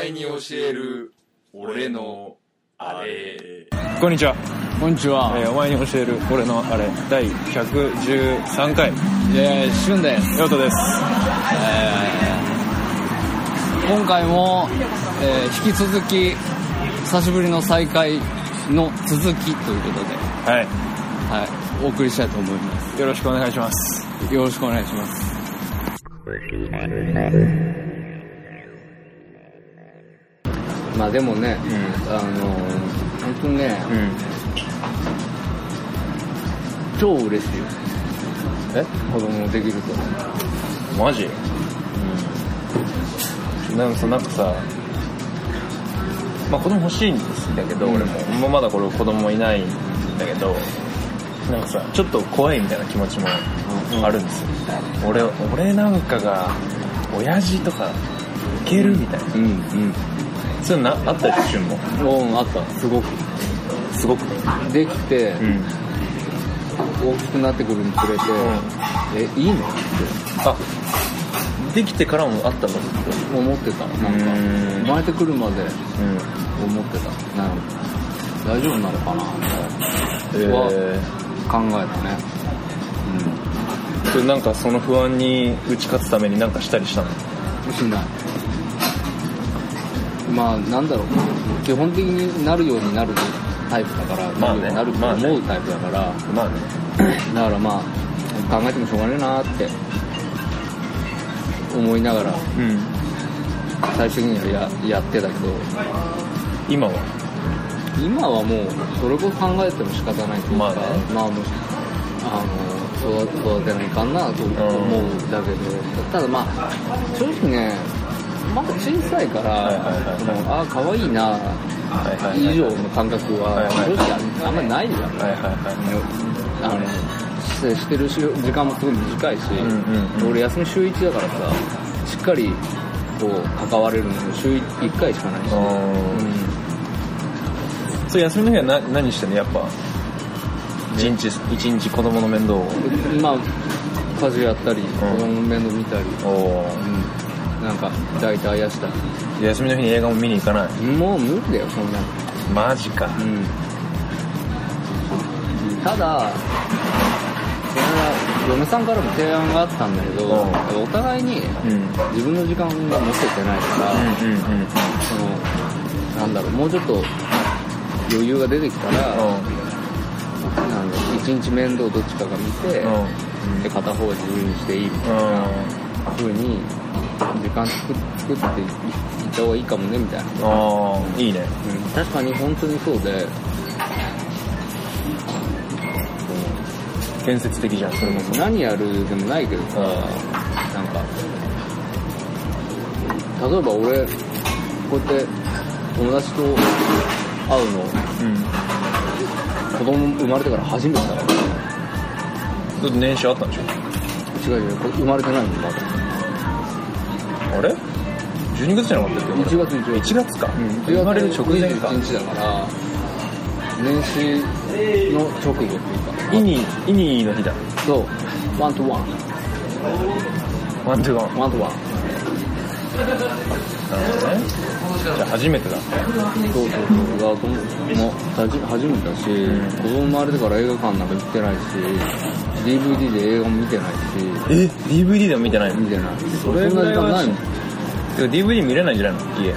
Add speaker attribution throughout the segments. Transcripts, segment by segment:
Speaker 1: える俺のあれ
Speaker 2: こんにちは、
Speaker 3: こんにちは。
Speaker 2: えーお前に教える俺のあれ第113回
Speaker 3: えー、しゅんです。
Speaker 2: ヨウトです
Speaker 3: 今回も、えー引き続き、久しぶりの再会の続きということで、
Speaker 2: は
Speaker 3: はい、お送りしたいと思いま
Speaker 2: いよろしくお願いします
Speaker 3: す。よろしくお願いします。まあでもね、あのー、本当にね、
Speaker 2: うん
Speaker 3: 超嬉しいよ。
Speaker 2: え
Speaker 3: 子供できると。
Speaker 2: マジうんなんかさなんかさまあ子供欲しいんだけど、俺ももうまだこれ子供いないんだけどなんかさちょっと怖いみたいな気持ちもあるんですよ、俺俺なんかが親父とかいけるみたいな
Speaker 3: うんうん。
Speaker 2: そういうのなあったでしょ旬も
Speaker 3: うん、あった。すごく。
Speaker 2: すごく
Speaker 3: できて、
Speaker 2: ん
Speaker 3: 大きくなってくるにつれて、え、いいのって
Speaker 2: あできてからもあったの
Speaker 3: 思ってた。なんか、
Speaker 2: うん
Speaker 3: 生まれてくるま
Speaker 2: う
Speaker 3: で
Speaker 2: ん
Speaker 3: 思ってた。なるほど。大丈夫なのかなって
Speaker 2: え
Speaker 3: 考えたね。
Speaker 2: ー、それなんかその不安に打ち勝つためになんかしたりしたの
Speaker 3: うん。しない。まあ、なんだろう。基本的になるようになるタイプだから、
Speaker 2: まあね
Speaker 3: なるようになると思うタイプだから、
Speaker 2: まあね
Speaker 3: だからまあ、考えてもしょうがねえなって思いながら、
Speaker 2: うん
Speaker 3: 最終的にはややってたけど、
Speaker 2: 今は
Speaker 3: 今はもうそれこそ考えても仕方ないというか、
Speaker 2: まあ
Speaker 3: まあ
Speaker 2: ね
Speaker 3: もうあの育育てないかんなと思うんだけど、ただまあ正直ねまだ小さいから、
Speaker 2: はいはいはい
Speaker 3: そのあ可愛いな
Speaker 2: はいは
Speaker 3: 以上の感覚
Speaker 2: はいは
Speaker 3: は
Speaker 2: い
Speaker 3: 正直あんまりないじゃん、
Speaker 2: はいはいは
Speaker 3: あのししてるし時間もすごい短いし、
Speaker 2: んうんうん
Speaker 3: 俺休み週1だからさしっかりこう関われるのも週1回しかないし、
Speaker 2: い
Speaker 3: うん
Speaker 2: うんそれ休みの日はな何してんのやっぱ一日一日子供の面倒を
Speaker 3: まあ家事やったり子供の面倒見たり、
Speaker 2: おー
Speaker 3: うん、なんか抱いてあやしたり
Speaker 2: 休みの日に映画も見に行かない
Speaker 3: もう無理だよそんなの
Speaker 2: マジか
Speaker 3: うんただそれは嫁さんからも提案があったんだけど、
Speaker 2: うん
Speaker 3: お互いに
Speaker 2: うんうん
Speaker 3: 自分の時間が持ててないから、
Speaker 2: うんうん
Speaker 3: そのなんだろうもうちょっと余裕が出てきたら、なんだろう一日面倒どっちかが見て、
Speaker 2: うんうん
Speaker 3: で片方は自由にしていいみたいな
Speaker 2: うん
Speaker 3: ふうに時間作作っていった方がいいかもねみたいな、
Speaker 2: ああいいね
Speaker 3: 確かに本当にそうで
Speaker 2: 建設的じゃんそれも
Speaker 3: 何やるでもないけどさなんか例えば俺こうやって友達と会うの
Speaker 2: うん
Speaker 3: 子供生まれてから初めてだから
Speaker 2: だって年収あったんでしょ
Speaker 3: 違う違うこれ生まれてないもんまだ
Speaker 2: あれ ?12 月じゃなかったっけ
Speaker 3: 1月1
Speaker 2: 1月か、生まれる直前か
Speaker 3: 1日だから年始の直後っていうか
Speaker 2: イニイニーの日だ
Speaker 3: そうワントワン
Speaker 2: ワントゥーワン
Speaker 3: ワントワン
Speaker 2: なるほどねじゃあ初めてだ
Speaker 3: そうそうそう、だと思う。もう、初初めてだし、子供生まれてから映画館なんか行ってないし、DVD で映画も見てないし、
Speaker 2: え DVD でも見てないの
Speaker 3: 見てない。そ
Speaker 2: れ
Speaker 3: ん
Speaker 2: ぐ
Speaker 3: な
Speaker 2: ら
Speaker 3: 時
Speaker 2: いは
Speaker 3: 間ないもん。
Speaker 2: てか DVD 見れないんじゃないの家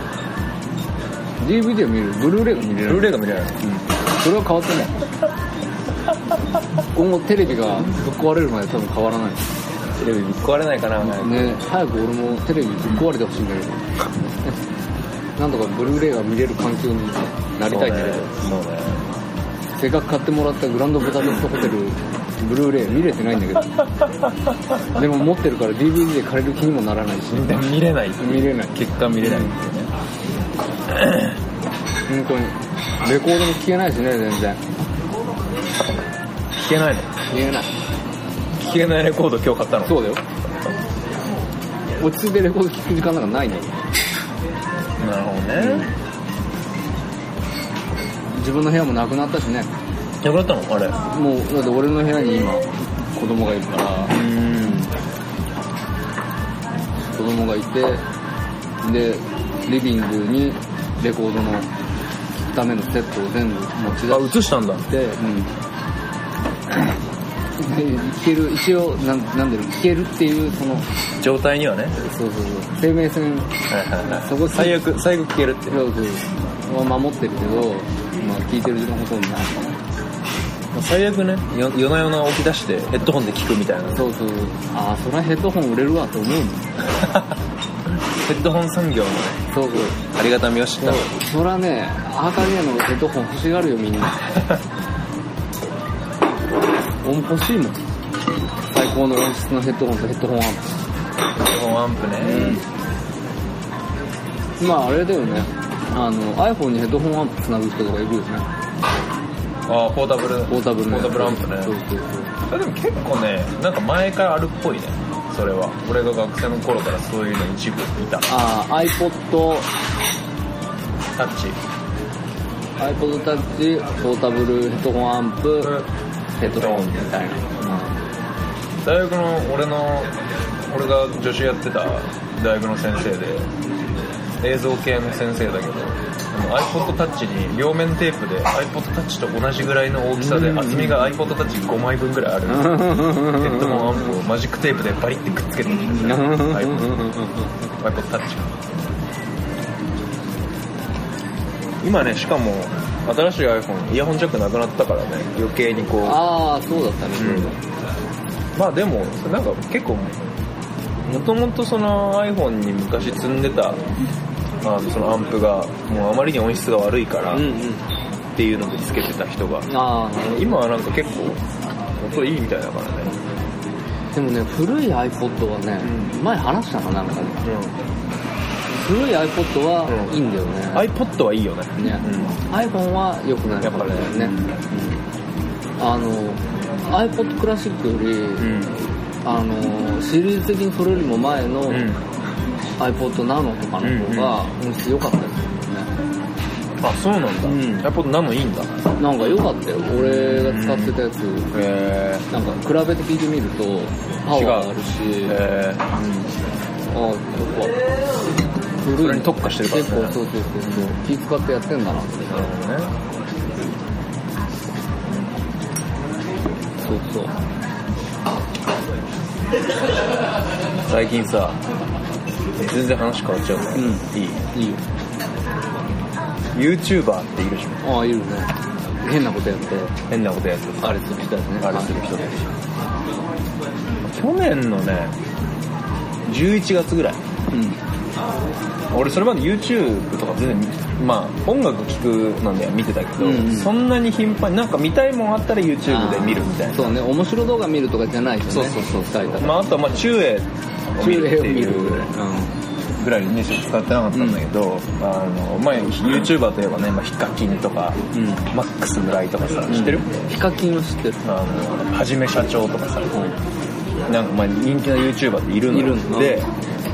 Speaker 3: DVD は見る。ブルーレイが見れ
Speaker 2: ブ
Speaker 3: る。
Speaker 2: ルーレイが見れないの
Speaker 3: それは変わってない。今後テレビがぶっ壊れるまで多分変わらない。
Speaker 2: テレビ壊れないかな、
Speaker 3: ね早く俺もテレビぶっ壊れてほしいんだけど。 なんとかブルーレイが見れる環境になりたいけれど。
Speaker 2: そうね
Speaker 3: せっかく買ってもらったグランドブダペストホテルブルーレイ見れてないんだけどでも持ってるから DVD で借りる気にもならないし
Speaker 2: そうね見れない
Speaker 3: 見れない
Speaker 2: 結果見れないっていうね
Speaker 3: 本当にレコードも聞けないしね全然
Speaker 2: 聞けないの
Speaker 3: 聞けない
Speaker 2: 聞けないレコード今日買ったの
Speaker 3: そうだよ落ち着いてレコード聴く時間なんかないのよ
Speaker 2: なるほどね
Speaker 3: 自分の部屋もなくなったしね
Speaker 2: なくなったのあれ
Speaker 3: もうだって俺の部屋に今子供がいるから
Speaker 2: うん
Speaker 3: 子供がいてでリビングにレコードのためのセットを全部持ち出
Speaker 2: あ
Speaker 3: し
Speaker 2: 映したんだ
Speaker 3: て、うん。で、いける、一応、なん、なんだろう、いけるっていう、その、
Speaker 2: 状態にはね
Speaker 3: そうそうそう、生命線
Speaker 2: はいはいはい
Speaker 3: そこ
Speaker 2: 最悪最悪消えるって
Speaker 3: そうそうは守ってるけど、まあ、聞いてる時間ほとんどないか
Speaker 2: 最悪ねよ夜な夜な起き出してヘッドホンで聞くみたいな
Speaker 3: なそうそうああそりゃヘッドホン売れるわと思うもん
Speaker 2: ヘッドホン産業のね
Speaker 3: そうそう
Speaker 2: ありがたみを知った
Speaker 3: そりゃねアーカディアのヘッドホン欲しがるよ みんな俺も欲しいもん最高の音質のヘッドホンとヘッドホンアン
Speaker 2: ヘッドホンアンプね、
Speaker 3: プまああれだよねあの iPhone にヘッドホンアンプつなぐ人とかいるよね
Speaker 2: ああポータブル
Speaker 3: ポータブルの
Speaker 2: ポータ
Speaker 3: やつ
Speaker 2: ブルアンプね
Speaker 3: そうそうそう
Speaker 2: あでも結構ねなんか前からあるっぽいねそれは俺が学生の頃からそういうの一部見た
Speaker 3: ああ iPod
Speaker 2: タッチ
Speaker 3: iPod タッチポータブルヘッドホンアンプヘッドホンみたいな、
Speaker 2: 大学の俺の俺が助手やってた大学の先生で映像系の先生だけどでも iPod タッチに両面テープで iPod タッチと同じぐらいの大きさで厚みが iPod タッチ5枚分ぐらいあるヘッドホンアンプをマジックテープでバリってくっつけてきて iPod タッチ今ねしかも新しい iPhone イヤホンジャックなくなったからね余計にこう
Speaker 3: ああそうだったね、
Speaker 2: まあでもなんか結構もともとその iPhone に昔積んでた、まあ、そのアンプがもうあまりに音質が悪いから
Speaker 3: う
Speaker 2: っ
Speaker 3: んうん
Speaker 2: ていうのでつけてた人が
Speaker 3: ああなるほど
Speaker 2: 今はなんか結構音いいみたいだからね
Speaker 3: でもね古い iPod はね、前話したかなんかで古い iPod は
Speaker 2: うん
Speaker 3: いいんだよね、
Speaker 2: iPod はいいよね
Speaker 3: ね iPhone は良くない
Speaker 2: やっぱり
Speaker 3: ね、あの iPod クラシックより、
Speaker 2: うん
Speaker 3: あのシリーズ的にそれよりも前の、
Speaker 2: うん
Speaker 3: iPod ナノとかの方が音質良かったですよね、
Speaker 2: あそうなんだ、
Speaker 3: うん
Speaker 2: iPod なのいいんだ
Speaker 3: なんか良かったよ俺が使ってたやつ、
Speaker 2: へ
Speaker 3: なんか比べて聞いてみるとパワーあるし、
Speaker 2: えへえ
Speaker 3: ああ古い
Speaker 2: それに特化してるからね
Speaker 3: 結構そうそうそうそう気使ってやってんだなって
Speaker 2: なるほどね
Speaker 3: そうそう
Speaker 2: 最近さ全然話変わっちゃうから、
Speaker 3: うん
Speaker 2: いい
Speaker 3: いいよ
Speaker 2: YouTuber っているでしょ
Speaker 3: ああいるね変なことやって
Speaker 2: 変なことやって
Speaker 3: あれする人だね
Speaker 2: あれする人で去年のね11月ぐらい
Speaker 3: うん
Speaker 2: 俺それまで YouTube とか全然見まあ音楽聴くなんでは見てたけど、
Speaker 3: うんうん
Speaker 2: そんなに頻繁になんか見たいもんあったら YouTube で見るみたいな
Speaker 3: そうね面白動画見るとかじゃないとね
Speaker 2: そうそう
Speaker 3: そう伝えたら
Speaker 2: まあ、あとはまあ中英を見るってい
Speaker 3: うん
Speaker 2: うぐらいにしか使ってなかったんだけど、あの前 YouTuber といえばね、まあ、ヒカキンとか、
Speaker 3: うん
Speaker 2: マックス村井とかさ知ってる、
Speaker 3: ヒカキンを知ってる
Speaker 2: あのはじめ社長とかさ、なんかまあ人気な YouTuber っているの
Speaker 3: いるんだ
Speaker 2: で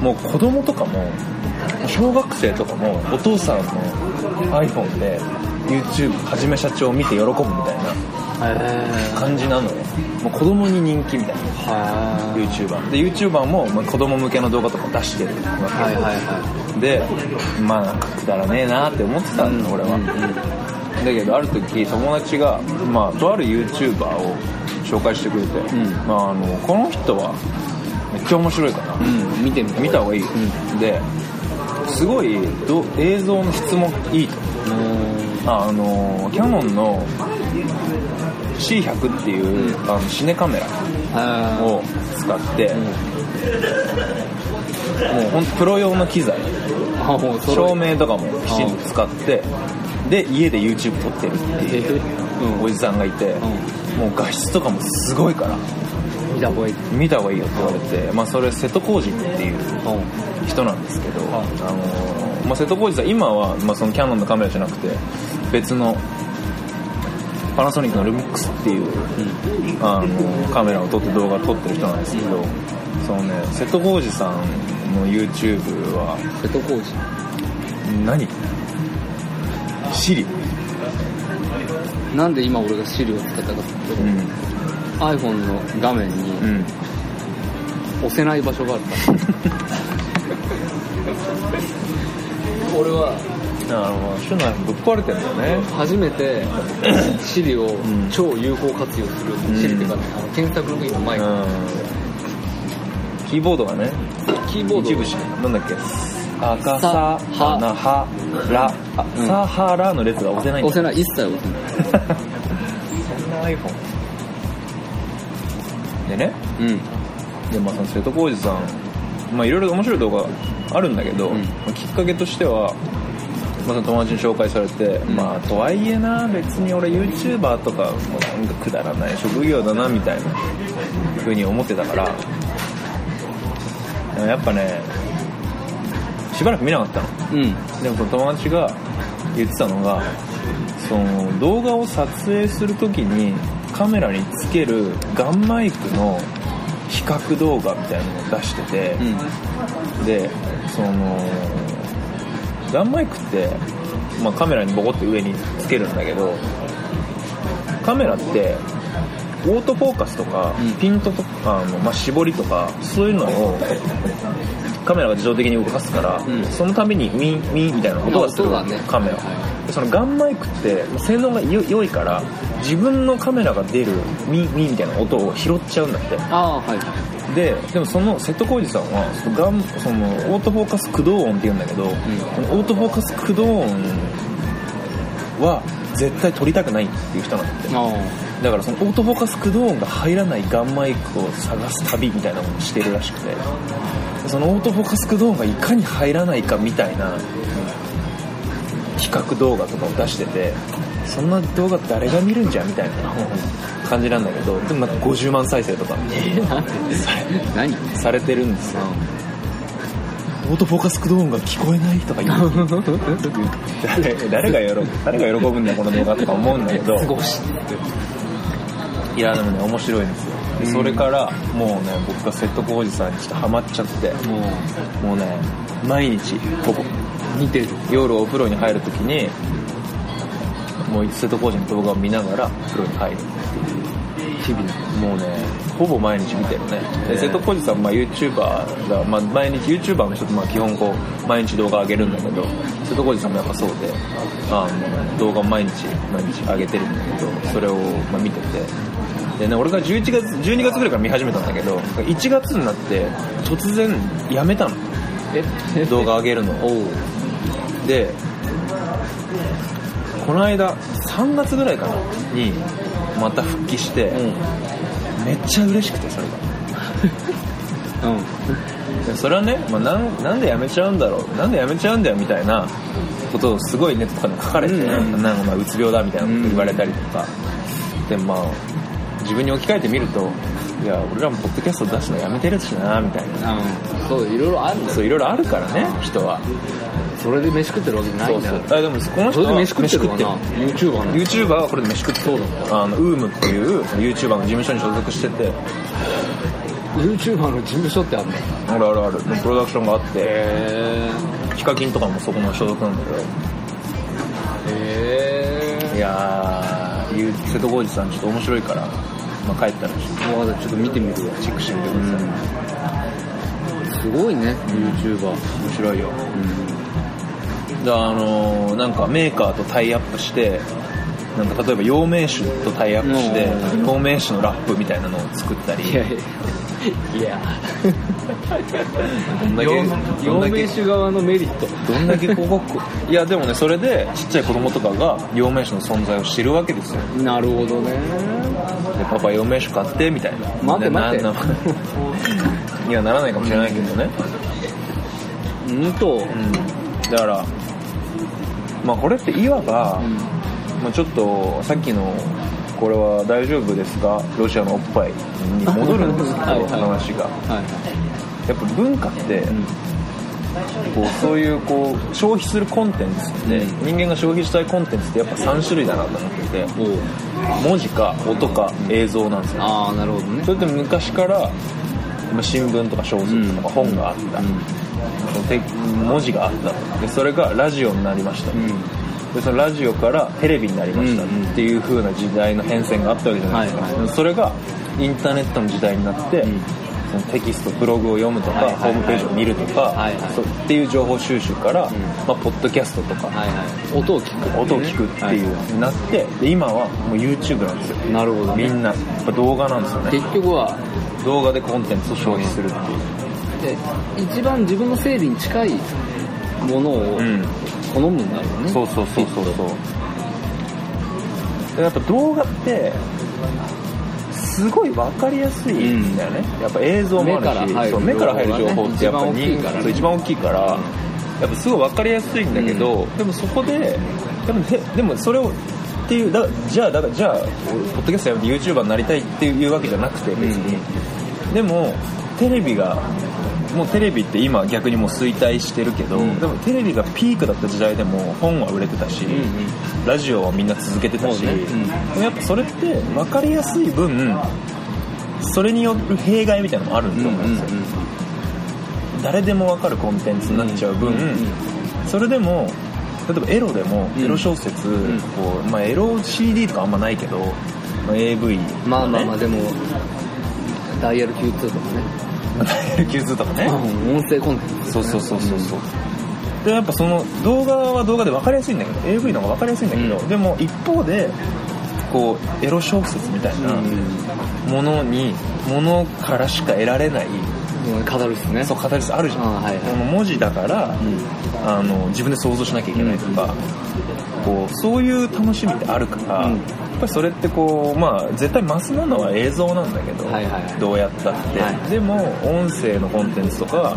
Speaker 2: もう子供とかも小学生とかもお父さんの iPhone で YouTube はじめ社長を見て喜ぶみたいな
Speaker 3: へえ
Speaker 2: 感じなのよもう子供に人気みたいな
Speaker 3: は
Speaker 2: YouTuber で YouTuber もまあ子供向けの動画とか出してるわけ、
Speaker 3: いはいはいは
Speaker 2: でまあなんかくだらねえなって思ってたんだ、
Speaker 3: うん
Speaker 2: 俺は、
Speaker 3: うん
Speaker 2: だけどある時友達が、まあ、とある YouTuber を紹介してくれて、
Speaker 3: ん
Speaker 2: まあ、あのこの人はめっちゃ面白いから、
Speaker 3: いうん見てみた
Speaker 2: 見た方がいいよ、ですごいど映像の質もいいとああのキヤノンの C100 っていう、あのシネカメラ
Speaker 3: あ
Speaker 2: を使って、もうほんとプロ用の機材
Speaker 3: あもうそ
Speaker 2: 照明とかもきちんと使ってで家で YouTube 撮ってるっていうおじさんがいて、もう画質とかもすごいから
Speaker 3: 見た方がいい
Speaker 2: 見た方がいいよって言われて、まあ、それ瀬戸康史っていう
Speaker 3: うん
Speaker 2: 人なんですけど、あのーまあ、瀬戸康史さん今は、まあ、そのキャノンのカメラじゃなくて別のパナソニックのルミックスっていう、あのーカメラを撮って動画を撮ってる人なんですけど、そのね瀬戸康史さんの YouTube は
Speaker 3: 瀬戸康史
Speaker 2: 何シリ、
Speaker 3: なんで今俺が資料を使ったかっていうと、iPhone の画面に
Speaker 2: うん、
Speaker 3: 押せない場所があるから俺は
Speaker 2: なるほど種内ぶっ壊れてんだよね
Speaker 3: 初め て Siri を
Speaker 2: ん
Speaker 3: 超有効活用する、Siri っていうかねあの検索の今マイク、
Speaker 2: うんキーボードがね
Speaker 3: キーボード
Speaker 2: 一部しなんだっけ赤さ
Speaker 3: さは
Speaker 2: なはらあ
Speaker 3: うん
Speaker 2: さはらの列が押せないん
Speaker 3: 押
Speaker 2: だ
Speaker 3: せない一切押せない
Speaker 2: そんな iPhone でね
Speaker 3: うん
Speaker 2: でまあその瀬戸康史さんまあいろいろ面白い動画あるんだけど、
Speaker 3: うん
Speaker 2: まあきっかけとしては、まあ、その友達に紹介されて、
Speaker 3: ん
Speaker 2: まあとはいえな別に俺 YouTuber とかもなんかくだらない職業だなみたいなふうに思ってたからでもやっぱねしばらく見なかったの
Speaker 3: うん
Speaker 2: でもその友達が言ってたのがその動画を撮影するときにカメラにつけるガンマイクの比較動画みたいなのを出してて、
Speaker 3: うん
Speaker 2: でそのガンマイクって、まあ、カメラにボコって上につけるんだけどカメラってオートフォーカスとか、
Speaker 3: うん
Speaker 2: ピントとかあの、まあ、絞りとかそういうのをカメラが自動的に動かすから、
Speaker 3: ん
Speaker 2: そのためにウィンウィンみたいな音がする
Speaker 3: まあ音がね
Speaker 2: カメラ、
Speaker 3: は
Speaker 2: でそのガンマイクって性能がよ良いから自分のカメラが出るミンミンみたいな音を拾っちゃうんだって
Speaker 3: ああはい
Speaker 2: ででもその瀬戸康史さんはそのガンそのオートフォーカス駆動音って言うんだけど、このオートフォーカス駆動音は絶対撮りたくないっていう人なんだって
Speaker 3: あ
Speaker 2: だからそのオートフォーカス駆動音が入らないガンマイクを探す旅みたいなのをしてるらしくてそのオートフォーカス駆動音がいかに入らないかみたいな比較動画とかを出しててそんな動画誰が見るんじゃんみたいな感じなんだけどでもなんか50万再生とか
Speaker 3: あ 何
Speaker 2: されてるんですよオートフォーカス駆動音が聞こえないとか言う誰 誰が喜ぶ誰が喜ぶんだこの動画とか思うんだけど
Speaker 3: 少し
Speaker 2: いやでもね面白いんですよでそれからもうね僕が瀬戸康史さんにちょっとハマっちゃって
Speaker 3: もう
Speaker 2: もうね毎日ここ
Speaker 3: 見てる
Speaker 2: 夜お風呂に入るときにもう瀬戸康史の動画を見ながら風呂に入る
Speaker 3: 日々の
Speaker 2: もうねほぼ毎日見てるねで瀬戸康史さん、まあ、YouTuber だ、まあ、毎日 YouTuber の人ってまあ基本こう毎日動画上げるんだけど瀬戸康史さんもやっぱそうであの動画毎日毎日上げてるんだけどそれをまあ見ててでね俺が11月12月ぐらいから見始めたんだけど1月になって突然やめたの
Speaker 3: え
Speaker 2: 動画上げるのをでこの間3月ぐらいかなにまた復帰して、めっちゃ嬉しくてそれが
Speaker 3: うん
Speaker 2: でそれはね、まあ、なんなんでやめちゃうんだろうなんでやめちゃうんだよみたいなことをすごいネットとかで書かれて、
Speaker 3: うん
Speaker 2: なんかまあうつ病だみたいなこと言われたりとか、でまあ自分に置き換えてみるといや俺らもポッドキャスト出すのやめてるしなみたいな
Speaker 3: うんそういろいろあるんだよ
Speaker 2: そういろいろあるからね人は
Speaker 3: それで飯食ってるわけじゃないんだよ
Speaker 2: あでもこの人
Speaker 3: それで
Speaker 2: は
Speaker 3: 飯食ってるわな
Speaker 2: 飯食
Speaker 3: YouTuber なの
Speaker 2: YouTuber はこれで飯食ってるあの UM っていう YouTuber の事務所に所属してて
Speaker 3: YouTuber の事務所ってあるの
Speaker 2: あるあるあるプロダクションがあって
Speaker 3: へ
Speaker 2: ヒカキンとかもそこの所属なんだけどい
Speaker 3: え
Speaker 2: やーゆ瀬戸康史さんちょっと面白いから、まあ、帰ったらちょっと
Speaker 3: 分かったちょっと見てみるわ
Speaker 2: チェックしてみてください、
Speaker 3: すごいね YouTuber
Speaker 2: 面白いよ、であのーなんかメーカーとタイアップしてなんか例えば陽明酒とタイアップして
Speaker 3: う
Speaker 2: 陽明酒のラップみたいなのを作ったり
Speaker 3: いやいやいや
Speaker 2: どんだけど
Speaker 3: 陽
Speaker 2: んだ
Speaker 3: 明
Speaker 2: け
Speaker 3: 酒側のメリット
Speaker 2: どんだけ広告 いやでもねそれでちっちゃい子供とかが陽明酒の存在を知るわけですよ
Speaker 3: なるほどね
Speaker 2: でパパ陽明酒買ってみたいな
Speaker 3: 待て待て
Speaker 2: なな にはならないかもしれないけどね、
Speaker 3: うんと
Speaker 2: だから、まあ、これっていわば、まあ、ちょっとさっきのこれは大丈夫ですがロシアのおっぱいに戻るんですけど
Speaker 3: はいはい
Speaker 2: 話が
Speaker 3: はい
Speaker 2: やっぱ文化って、こうそういうこう消費するコンテンツって、
Speaker 3: う
Speaker 2: 人間が消費したいコンテンツってやっぱ3種類だなと思ってて
Speaker 3: おう
Speaker 2: 文字か音か映像なんですよ
Speaker 3: ああなるほどね
Speaker 2: それって昔からまあ新聞とか小説とか本があった、で文字があったでそれがラジオになりました、でそのラジオからテレビになりました
Speaker 3: うんうん
Speaker 2: っていう風な時代の変遷があったわけじゃないですか、
Speaker 3: はいはい
Speaker 2: それがインターネットの時代になって、そのテキストブログを読むとか、
Speaker 3: はいはいはい
Speaker 2: ホームページを見るとか、
Speaker 3: はいはい
Speaker 2: そうっていう情報収集から、
Speaker 3: ん
Speaker 2: まあ、ポッドキャストとか、
Speaker 3: はいはい音を聞く
Speaker 2: 音を聞くっていうのになって、で今はもう YouTube なんですよ
Speaker 3: なるほどね
Speaker 2: みんなやっぱ動画なんですよね
Speaker 3: 結局は
Speaker 2: 動画でコンテンツを消費するっていう
Speaker 3: で一番自分の整理に近いものを
Speaker 2: うん
Speaker 3: 好むんだろうね、
Speaker 2: そうそうそうそうそうでやっぱ動画ってすごい分かりやすいんだよね、やっぱ映像もあるし
Speaker 3: 目から入る
Speaker 2: そう目から入る情報ってやっぱ
Speaker 3: 一番大きいからね
Speaker 2: そう一番大きいからやっぱすごい分かりやすいんだけど、でもそこででもででもそれをっていうだじゃあだからじゃあ俺ポッドキャストやめて YouTuber になりたいっていうわけじゃなくて別に、でもテレビがもうテレビって今逆にもう衰退してるけど、
Speaker 3: うん
Speaker 2: でもテレビがピークだった時代でも本は売れてたし、
Speaker 3: うんうん
Speaker 2: ラジオはみんな続けてたし、
Speaker 3: そうね
Speaker 2: でもやっぱそれって分かりやすい分それによる弊害みたいなのもあるんだと思うんですよ、誰でも分かるコンテンツになっちゃう分、
Speaker 3: うんうん
Speaker 2: それでも例えばエロでも
Speaker 3: うん
Speaker 2: エロ小説、
Speaker 3: ん
Speaker 2: こうまあ、エロ CD とかあんまないけど、まあ AV とかね
Speaker 3: まあ まあまあでもダイヤル Q2 とかね
Speaker 2: Q2 とかね、
Speaker 3: うん音声コンテンツですね
Speaker 2: そうそうそうそうそうでやっぱその動画は動画で分かりやすいんだけど AV の方が分かりやすいんだけど、
Speaker 3: う
Speaker 2: でも一方でこうエロ小説みたいなものに、ものからしか得られない
Speaker 3: うん語るっすね
Speaker 2: そう語りすあるじゃん、
Speaker 3: あはいはい
Speaker 2: この文字だから、あの自分で想像しなきゃいけないとか、こうそういう楽しみってあるから、
Speaker 3: うん
Speaker 2: やっぱりそれってこうまあ絶対マスなのは映像なんだけど、
Speaker 3: はいはい
Speaker 2: どうやったって、
Speaker 3: はい
Speaker 2: でも音声のコンテンツとか、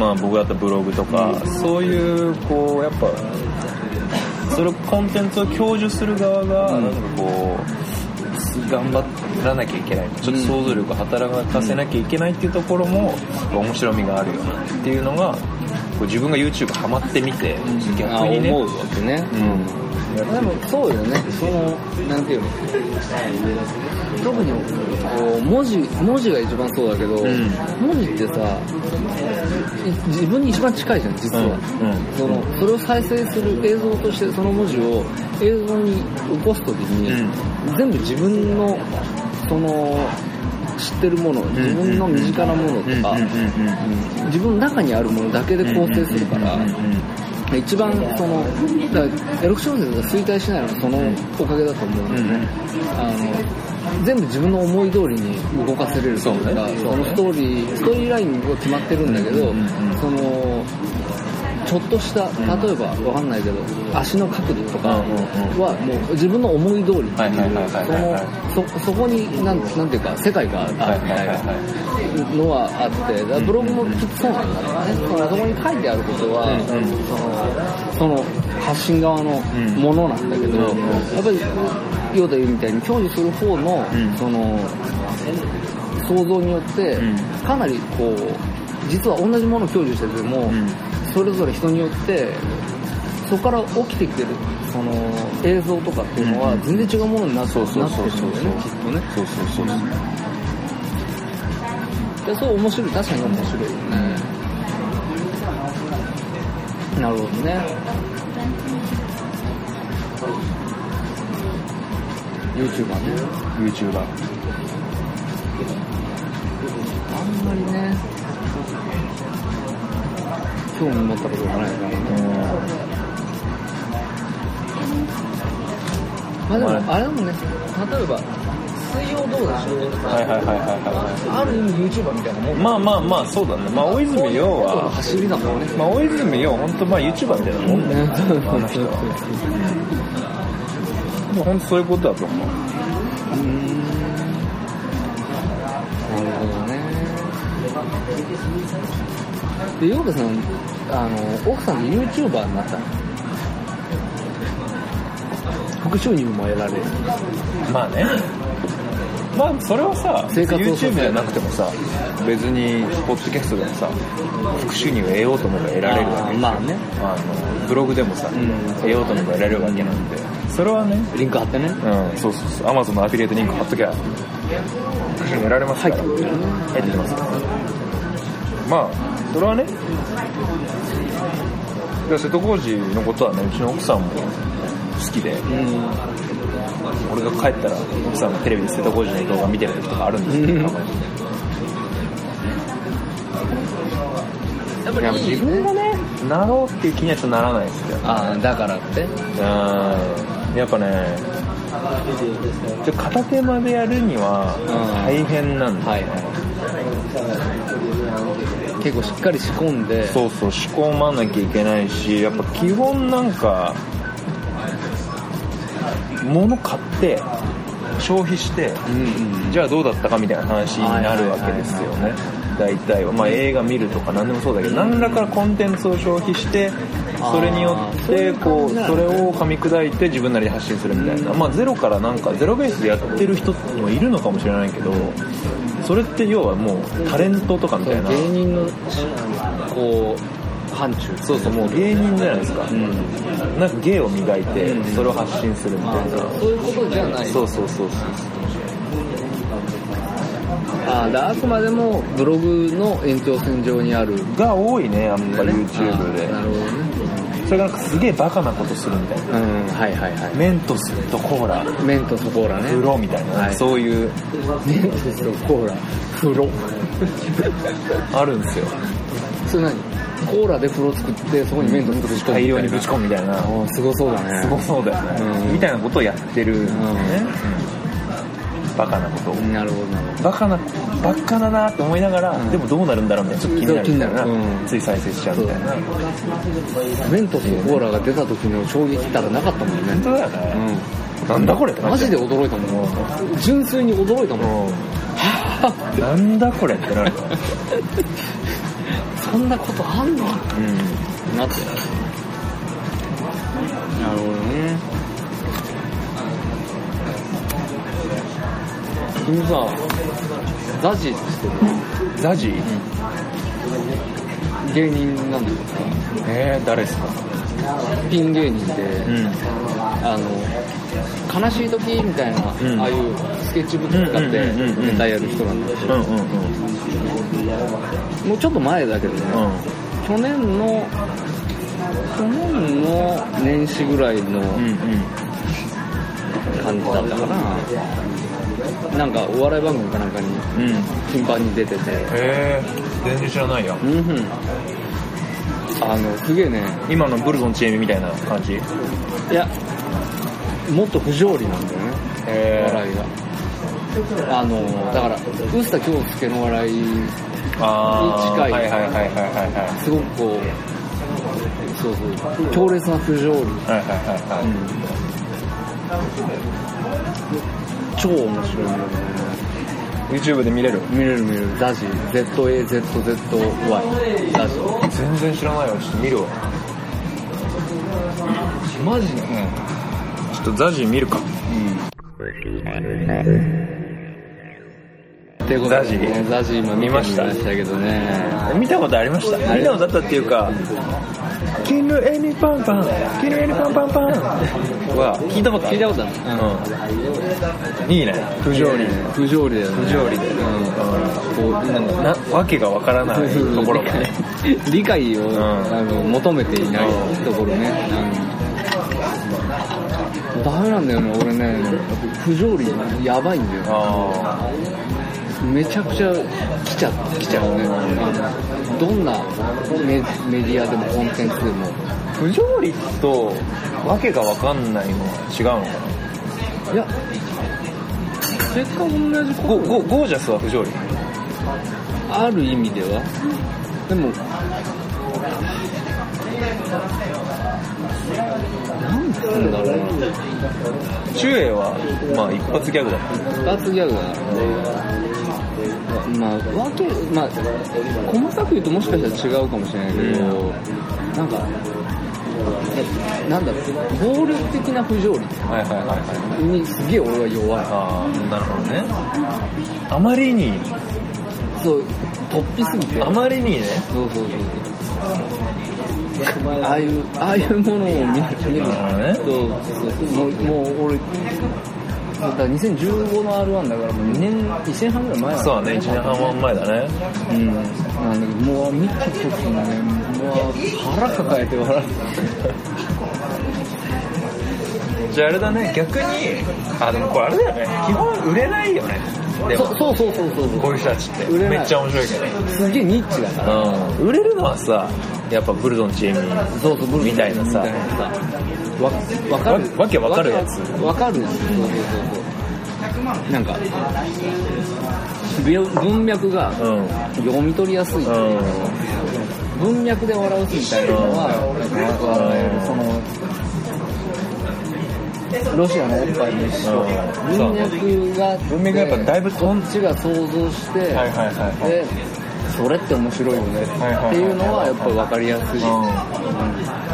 Speaker 2: まあ、僕だったらブログとか、そういうこうやっぱそれコンテンツを享受する側が
Speaker 3: うん
Speaker 2: なんかこう頑張らなきゃいけないちょっと想像力を働かせなきゃいけないっていうところも面白みがあるよなっていうのがこう自分が YouTube ハマってみて逆にね
Speaker 3: あ思うわけね、
Speaker 2: うん
Speaker 3: でもそうよねそのなんていうの特にこう文字文字が一番そうだけど、
Speaker 2: ん
Speaker 3: 文字ってさい自分に一番近いじゃん実は、
Speaker 2: うんうん
Speaker 3: そのそれを再生する映像としてその文字を映像に起こす時に、全部自分のその知ってるもの自分の身近なものとか、自分の中にあるものだけで構成するから、一番そのだからエロク小説が衰退しないのはそのおかげだと思うんですね、あの全部自分の思い通りに動かせれるというかそのストーリーストーリーラインが決まってるんだけど、そのちょっとした例えばわかんないけど足の角度とかはもう自分の思い通りって
Speaker 2: はいはいはいはいはいはい
Speaker 3: いうそのそそこになんなんていうか世界があるみ
Speaker 2: はいはい
Speaker 3: たいな
Speaker 2: はい
Speaker 3: のはあって、だからブログもきっとそうなんだろうね。そのそこに書いてあることは、そのその発信側のものなんだけど、やっぱり、ヨーダ言うみたいに享受する方の、
Speaker 2: ん
Speaker 3: その、想像によって、かなりこう、実は同じものを享受してても、それぞれ人によって、そこから起きてきてる、その、映像とかっていうのは、全然違うものになってなってるんだよね、きっとね。
Speaker 2: そうそうそうそう
Speaker 3: でそう面白い確かに面白いよね、なるほどね YouTuber ね
Speaker 2: YouTuber
Speaker 3: あんまりね興味持ったことがないからねまあで
Speaker 2: はい
Speaker 3: もあれだもんね例えば水曜どうでしょうとか、
Speaker 2: はいはいはいはいは
Speaker 3: ある意味 YouTuber みたいなも
Speaker 2: い
Speaker 3: ん
Speaker 2: まあまあまあそうだねまあ大泉洋
Speaker 3: そう
Speaker 2: は
Speaker 3: 走りだ もんね
Speaker 2: まあ大泉洋本当まあ YouTuber みたいなもんだよあの人はもう本当そういうことだと思う
Speaker 3: うーんなるほどねでヨーダさんあの奥さんで YouTuber になったの副収入も得られる
Speaker 2: まあねまあそれはさ
Speaker 3: 生活を支え
Speaker 2: YouTube じゃなくてもさ別にポッドキャストでもさ副収入を得ようと思えば得られるわけ
Speaker 3: まあね
Speaker 2: あのブログでもさ、
Speaker 3: ん
Speaker 2: 得ようと思えば得られるわけなんでそれはね
Speaker 3: リンク貼ってね
Speaker 2: うんそうそうそう Amazon のアフィリエイトリンク貼っときゃ副収入得られますから入ってきますからまあそれはねで瀬戸康史のことはねうちの奥さんも好きで
Speaker 3: うん
Speaker 2: 俺が帰ったら奥さんがテレビで瀬戸康史の動画見てる時とかあるんですけど、
Speaker 3: うん
Speaker 2: たまに
Speaker 3: やっぱり
Speaker 2: 自分がねなろうっていう気にはちょっとならないですよ
Speaker 3: ああだからって
Speaker 2: うんやっぱねちょ片手間でやるには
Speaker 3: うん
Speaker 2: 大変なんだ、
Speaker 3: はいはい結構しっかり仕込んで
Speaker 2: そうそう仕込まなきゃいけないしやっぱ基本なんか物買って消費して
Speaker 3: うんうん
Speaker 2: じゃあどうだったかみたいな話になるわけですよね大体は、まあ、映画見るとか何でもそうだけど何らかのコンテンツを消費してそれによってこうそれを噛み砕いて自分なりで発信するみたいな、まあ、ゼロからなんかゼロベースでやってる人もいるのかもしれないけどそれって要はもうタレントとかみたいな
Speaker 3: 芸人のこう範疇
Speaker 2: そうそうもう芸人じゃないですか、
Speaker 3: ん
Speaker 2: なんか芸を磨いてそれを発信するみたいな、
Speaker 3: そういうことじゃない
Speaker 2: そうそうそうそう
Speaker 3: あーだあくまでもブログの延長線上にある
Speaker 2: が多いねやっぱ
Speaker 3: ね
Speaker 2: YouTube で
Speaker 3: あーなるほどね
Speaker 2: それがなんかすげえバカなことするみたいな
Speaker 3: うんはいはいは
Speaker 2: メントスとコーラ
Speaker 3: い麺とコーラね
Speaker 2: 風呂みたいな、
Speaker 3: はい
Speaker 2: そういう
Speaker 3: 麺とコーラ風呂
Speaker 2: あるんですよ
Speaker 3: それ何コーラで風呂作ってそこに麺と作る人
Speaker 2: 大量にぶち込むみたいな
Speaker 3: あーすごそうだね
Speaker 2: すごそうだよね、
Speaker 3: うん
Speaker 2: みたいなことをやってるんですよね、うんバカなことを
Speaker 3: なるほどなるほど
Speaker 2: バカなバカだなって思いながら、
Speaker 3: ん
Speaker 2: でもどうなるんだろうみたいなちょっと気になるみたいな
Speaker 3: そう気になるうん
Speaker 2: つい再生しちゃうみたいな本
Speaker 3: 麺とコーラが出た時の衝撃たらなかったもんね
Speaker 2: 当だよね、
Speaker 3: う
Speaker 2: なんだこれって
Speaker 3: んマジで驚いたもん純粋に驚いたもん
Speaker 2: うんなんだこれってなるよ、
Speaker 3: そんなことあんのなってなるほどね君さザジって
Speaker 2: ザジ
Speaker 3: 芸人なんだけど
Speaker 2: えー、誰ですか
Speaker 3: さピン芸人で、
Speaker 2: ん
Speaker 3: あの悲しい時みたいな、
Speaker 2: うん
Speaker 3: ああいうスケッチブック使っ
Speaker 2: うんうんうんう
Speaker 3: て
Speaker 2: んうん
Speaker 3: ネタやる人なんだけど、
Speaker 2: うんうん
Speaker 3: もうちょっと前だけどね、
Speaker 2: うん
Speaker 3: 去年の去年の年始ぐらいの
Speaker 2: うんうん
Speaker 3: 感じだったかな、なんかお笑い番組かなんかに
Speaker 2: うん
Speaker 3: 頻繁に出てて
Speaker 2: え全然知らないや
Speaker 3: うんうんあのすげえね
Speaker 2: 今のブルゾンチエミみたいな感じへ
Speaker 3: いやもっと不条理なんだよねお
Speaker 2: え
Speaker 3: 笑いがあのだから臼田恭介の笑い
Speaker 2: あー
Speaker 3: 近い
Speaker 2: はいはいはいはいはいはい
Speaker 3: すごくこうそうそう強烈な不条
Speaker 2: は
Speaker 3: 理
Speaker 2: いはいはいはい
Speaker 3: 超面白いんだよね
Speaker 2: YouTube で見れる
Speaker 3: 見れる見れるダジ ZAZZY ダジ
Speaker 2: 全然知らないわちょっと見るわ
Speaker 3: マジ
Speaker 2: う
Speaker 3: で
Speaker 2: んちょっとザジ見るか
Speaker 3: ってことでね
Speaker 2: ZAZY
Speaker 3: ザジ今
Speaker 2: 見ました
Speaker 3: 見ましたけどね
Speaker 2: 見たことありました見たことあったっていうか「キングエミパンパン」「キングエミパンパンパン」は聞いたことあ
Speaker 3: 聞い
Speaker 2: る
Speaker 3: たことある
Speaker 2: うんいいね不条理
Speaker 3: 不条理だよね
Speaker 2: 不条理で
Speaker 3: うんこうなんか
Speaker 2: なわけがわからないところがね
Speaker 3: 理解を、
Speaker 2: ん
Speaker 3: あの求めていないところね、うんダメなんだよね俺ね不条理やばいんだよ
Speaker 2: あ
Speaker 3: めちゃくちゃ来ちゃ来ちゃうね、うんどんなメメディアでもコンテンツでも
Speaker 2: あ不条理とわけがわかんないのは違うのか
Speaker 3: いやせっかく同じ
Speaker 2: なゴ
Speaker 3: こ
Speaker 2: ゴゴージャスは不条理
Speaker 3: とある意味ではでもなんつうんだろうな
Speaker 2: 中英はまあ一発ギャグだっ
Speaker 3: 罰ギャグだなまあ、わけ、まあ、細かく言うともしかしたら違うかもしれないけど、なんか、えなんだろう、暴力的な不条
Speaker 2: たはいはいはいはい
Speaker 3: 理にすげえ俺は弱い。
Speaker 2: ああなるほどねあまりに
Speaker 3: そう、突飛すぎて。
Speaker 2: あまりにね
Speaker 3: そうそうそう。ああいう、ああいうものを見る、見る
Speaker 2: なるほ
Speaker 3: そうそうもう、もう俺、だから2015の R1 だからもう2年、1年半ぐらい前な
Speaker 2: そ
Speaker 3: んだよ
Speaker 2: うだね1年半前だね
Speaker 3: うん、なんだけどもう見た時にねもう腹抱えて笑
Speaker 2: じゃああれだね逆にあでもこれあれだよね基本売れないよねでも
Speaker 3: そうそうそうそうそう
Speaker 2: こういう人たちって
Speaker 3: 売れない
Speaker 2: めっちゃ面白いけど
Speaker 3: すげえニッチだから
Speaker 2: うん、売れるのはさやっぱブルドンチーム
Speaker 3: そうそうブル
Speaker 2: みたいなさ
Speaker 3: みたいなさわわかる
Speaker 2: わわけわかるやつ
Speaker 3: わわかるやつそうそうそうそうなんかびょ文脈が
Speaker 2: うんうん
Speaker 3: 読み取りやすいっていう文脈で笑うみたいなのはなんかそのロシアのおっぱいの一緒
Speaker 2: うん
Speaker 3: 文脈があって
Speaker 2: 文脈がやっぱだいぶ
Speaker 3: こっちが想像して、
Speaker 2: はいはいはい
Speaker 3: でそれって面白いよね
Speaker 2: はいはいはい
Speaker 3: っていうのはやっぱ分かりやすい、
Speaker 2: うん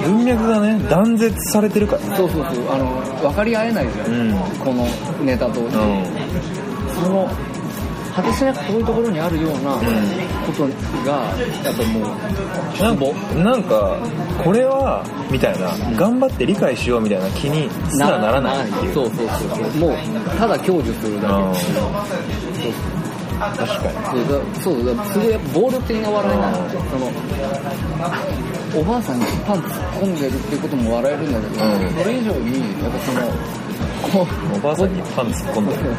Speaker 2: 文脈がね断絶されてるからね
Speaker 3: そうそうそうあの分かり合えないじゃん、
Speaker 2: うん
Speaker 3: このネタと、
Speaker 2: うん
Speaker 3: その果てしなく遠いところにあるようなことがやっぱもう
Speaker 2: なんかなんかこれはみたいな頑張って理解しようみたいな気にすらならないっていう
Speaker 3: そうそうそうもうただ享受するだ
Speaker 2: うん
Speaker 3: け
Speaker 2: 確かに
Speaker 3: そうだそうだすごいやっぱ暴力的な笑いなの
Speaker 2: うん
Speaker 3: そのおばあさんにパン突っ込んでるっていうことも笑えるんだけど、
Speaker 2: うん
Speaker 3: それ以上にやっぱそのこう
Speaker 2: おばあさんにパン突っ込んでる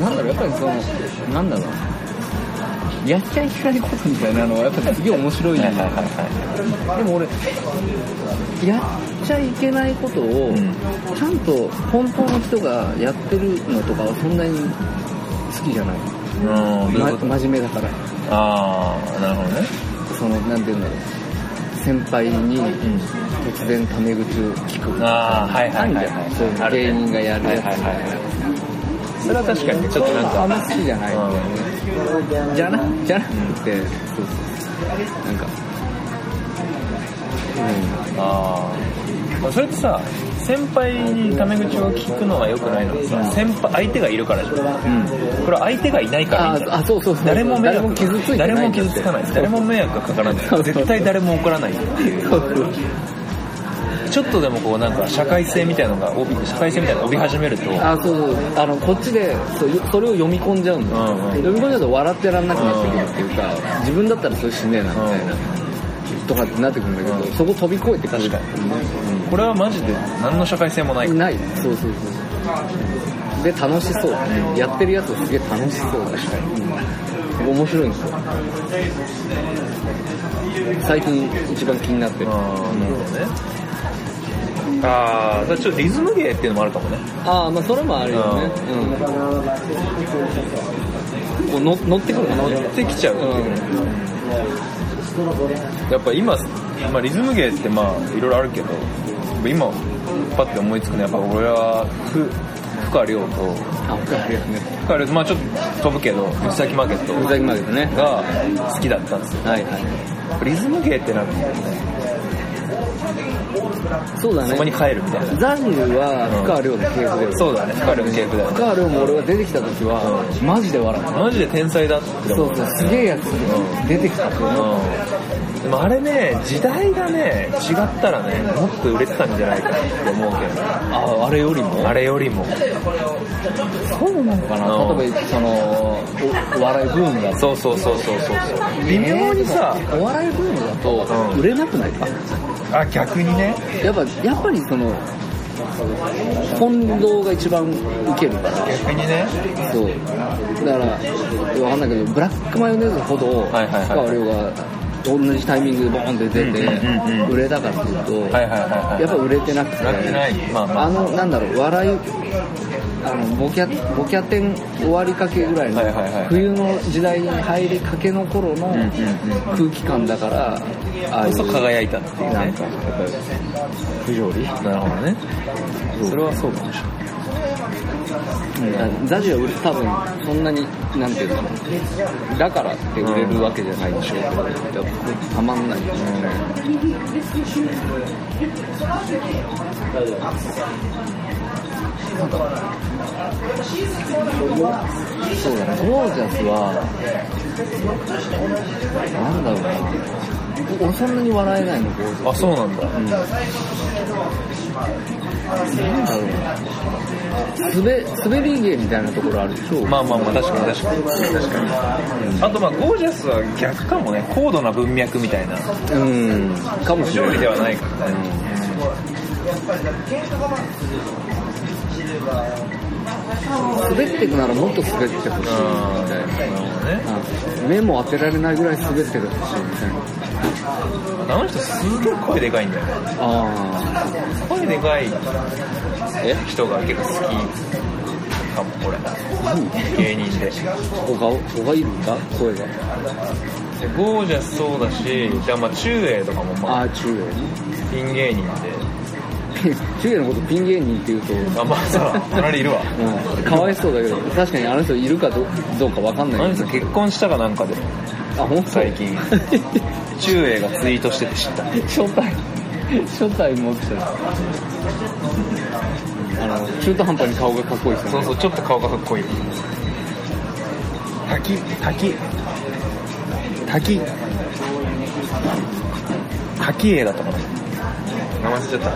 Speaker 3: なんだろうやっぱりそのなんだろうやっちゃいけないことみたいなのはやっぱすげえ面白い
Speaker 2: はいはいはいは
Speaker 3: でも俺やっちゃいけないことを、
Speaker 2: うん
Speaker 3: ちゃんと本当の人がやってるのとかはそんなに好きじゃない
Speaker 2: いうんどういうこと
Speaker 3: ま真面目だから
Speaker 2: ああなるほどね
Speaker 3: そのなんて言うんだろう先輩に
Speaker 2: うん
Speaker 3: 突然タメ口を聞く
Speaker 2: ああはいはいはいはい
Speaker 3: あるじゃんそういうの
Speaker 2: あるね
Speaker 3: 芸人がやるやつ
Speaker 2: はいはいはいはいそれは確かにねちょっとなん
Speaker 3: あん
Speaker 2: か
Speaker 3: ま好きじゃない、じゃなじゃなくて、そうそうなんか
Speaker 2: ああそれってさ先輩にタメ口を聞くのが良くないのはさ先輩相手がいるからじゃんこれは相手がいないからいいんじゃない
Speaker 3: ああそうそうそう
Speaker 2: 誰も迷惑
Speaker 3: 誰も傷ついてない
Speaker 2: 誰も傷つかない誰も迷惑がかから
Speaker 3: そ
Speaker 2: な
Speaker 3: う
Speaker 2: い絶対誰も怒らない
Speaker 3: そうそう
Speaker 2: ちょっとでもこうなんか社会性みたいのが帯社会性みたいなのが帯び始めると
Speaker 3: あそうそうあのこっちでそうそれを読み込んじゃうんだよ、
Speaker 2: うんうん
Speaker 3: 読み込んじゃうと笑ってらんなくなってくるっていうか、自分だったらそれしねえなみたいな、とかってなってくるんだけど、
Speaker 2: うん
Speaker 3: そこ飛び越えてく
Speaker 2: 確
Speaker 3: る
Speaker 2: かこれはマジで何の社会性もない
Speaker 3: にないそうそうそうで楽しそう、やってるやつすげえ楽しそうだし、うん面白いんですよ最近一番気になってる、
Speaker 2: ああなるほどねああだからちょっとリズム芸っていうのもあるかもね
Speaker 3: ああまあそれもあるよね、うん、こうの乗ってくる乗
Speaker 2: 乗ってきちゃうっていうねやっぱ今、まあ、リズム芸ってまあいろいろあるけど今パッて思いつくのはやっぱ俺はふ深亮と
Speaker 3: あ分かるよね
Speaker 2: 深亮まあちょっと飛ぶけど藤崎マーケット
Speaker 3: ふざけまけどね
Speaker 2: が好きだったんですよ
Speaker 3: はいはい。
Speaker 2: リズム芸ってなんかもうね
Speaker 3: そうだね。
Speaker 2: そこに帰るみたいな
Speaker 3: ザニーは
Speaker 2: うん
Speaker 3: 深川亮の系譜だよね。
Speaker 2: そうだね深亮の系譜だよね
Speaker 3: 深川亮も俺が出てきた時は、マジで笑っ
Speaker 2: マジで天才だって思
Speaker 3: た。そううそう、すげえやつ出てきたと思う。
Speaker 2: うんでもあれね時代がね違ったらねもっと売れてたんじゃないかなって思うけどああれよりもあれよりも
Speaker 3: そうなのか
Speaker 2: うん
Speaker 3: 例えば、その、おお笑いブームだと。
Speaker 2: そうそうそうそうそうそう微妙にさ
Speaker 3: えーでもお笑いブームだ
Speaker 2: う
Speaker 3: と、
Speaker 2: ん
Speaker 3: 売れなくないか。
Speaker 2: あ逆にね
Speaker 3: やっぱ、やっぱりその、近藤が一番ウケるから。
Speaker 2: 逆にね
Speaker 3: そうだから分かんないけどブラックマヨネーズほど
Speaker 2: はいはいはい
Speaker 3: 使う量が同じタイミングでボーンって出
Speaker 2: うんうんうん
Speaker 3: て売れたかっていうと
Speaker 2: はいはいはいはい
Speaker 3: やっぱ売れてなくて
Speaker 2: 売れてないまあまあ
Speaker 3: あのなんだろう笑いあのボキャボキャテン終わりかけぐらいの
Speaker 2: はいはいはい
Speaker 3: 冬の時代に入りかけの頃の
Speaker 2: んうんうん
Speaker 3: 空気感だからああい
Speaker 2: こ
Speaker 3: う
Speaker 2: そ輝いたっていうね
Speaker 3: なんか不条理
Speaker 2: なるほどねそれはそうかもしれない
Speaker 3: うん、ザジは売れ多分そんなになんていうのだからって売れるわけじゃないでしょうけど、やっぱたまんないよね、そうだねゴージャスはなんだろうな俺そんなに笑えないのゴージャス
Speaker 2: あそうなんだ
Speaker 3: なんだろうな滑滑り芸みたいなところあるでしょ
Speaker 2: まあまあまあ確かに確かに確かにあとまあゴージャスは逆かもね高度な文脈みたいな
Speaker 3: うんかも
Speaker 2: 不
Speaker 3: し
Speaker 2: 条
Speaker 3: れ
Speaker 2: 理で
Speaker 3: ない
Speaker 2: はないからね
Speaker 3: 滑ってくならもっと滑ってほしいみたい
Speaker 2: な
Speaker 3: な
Speaker 2: るほどね
Speaker 3: うん目も当てられないぐらい滑ってほしいみたいな
Speaker 2: あの人すげえ声でかいんだよね
Speaker 3: あ
Speaker 2: 声でかい
Speaker 3: あえ
Speaker 2: 人が結構好きかも俺芸人で
Speaker 3: 小顔小がいるんだ声が
Speaker 2: でゴージャスそうだしでまあ中英とかもま
Speaker 3: あ
Speaker 2: あ
Speaker 3: あ中英ね
Speaker 2: ピン芸人で
Speaker 3: ピン中英のことピン芸人って言うと
Speaker 2: あまあさかなりいるわ
Speaker 3: うんかわいそうだけど確かにあの人いるかどどうかわかん
Speaker 2: あ
Speaker 3: ない
Speaker 2: の
Speaker 3: け
Speaker 2: 人
Speaker 3: ど
Speaker 2: 結婚したかなんかで
Speaker 3: あ本当
Speaker 2: 最 近中英がツイートしてて知った
Speaker 3: 初代初代持ってたあの中途半端に顔がかっこいい人ね
Speaker 2: そうそうちょっと顔がかっこいい滝滝滝滝英だったかな名前忘れちゃっ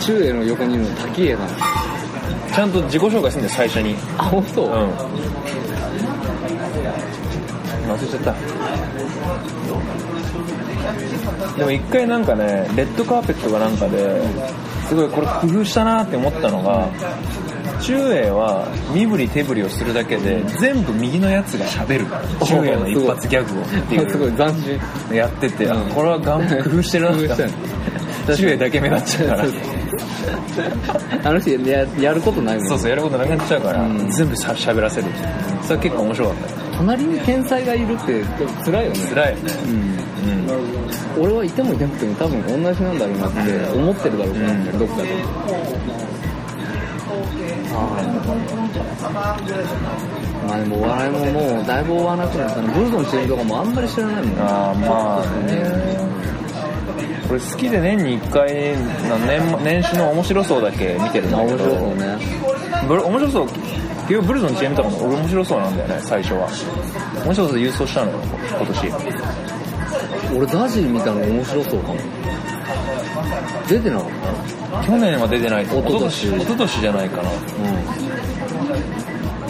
Speaker 3: 中英の横にいるの滝英なの
Speaker 2: たちゃんと自己紹介するんだよ最初に
Speaker 3: あ本当、
Speaker 2: うん忘れちゃったでも一回なんかねレッドカーペットがなんかですごいこれ工夫したなって思ったのが中英は身振り手振りをするだけで全部右のやつが喋る中英の一発ギャグをって
Speaker 3: すご
Speaker 2: い
Speaker 3: い斬新
Speaker 2: うやってて、あ
Speaker 3: うん
Speaker 2: これはがん工夫してるなって
Speaker 3: 工夫してん
Speaker 2: 中英だけ目立っちゃう から
Speaker 3: そうあの人ややることないもん
Speaker 2: そうそうやることなくなっちゃうから、
Speaker 3: うん
Speaker 2: 全部しゃ喋らせるそれ結構面白かったよ
Speaker 3: 隣に天才がいるって辛いよね
Speaker 2: 辛いよね
Speaker 3: うん
Speaker 2: うん
Speaker 3: 俺はいてもいなくても多分同じなんだろうなって思ってるだろうから、
Speaker 2: うん
Speaker 3: どっかで。まあでもお笑いももうだいぶ追わなくなったな。ブルゾンチームとかもあんまり知らないもん。
Speaker 2: ああまあねこれ好きで年に1回な年年始の面白そうだけ見てるん
Speaker 3: まあ
Speaker 2: だけど
Speaker 3: 面白そうね。
Speaker 2: ブル面白そう結局ブルゾンの CM とかも俺面白そうなんだよね最初は面白そうで郵送したのよ今年
Speaker 3: 俺ダジ見たの面白そうかも。出てなかっ
Speaker 2: 去年は出てないと
Speaker 3: 一昨年
Speaker 2: 一昨年じゃないかな
Speaker 3: た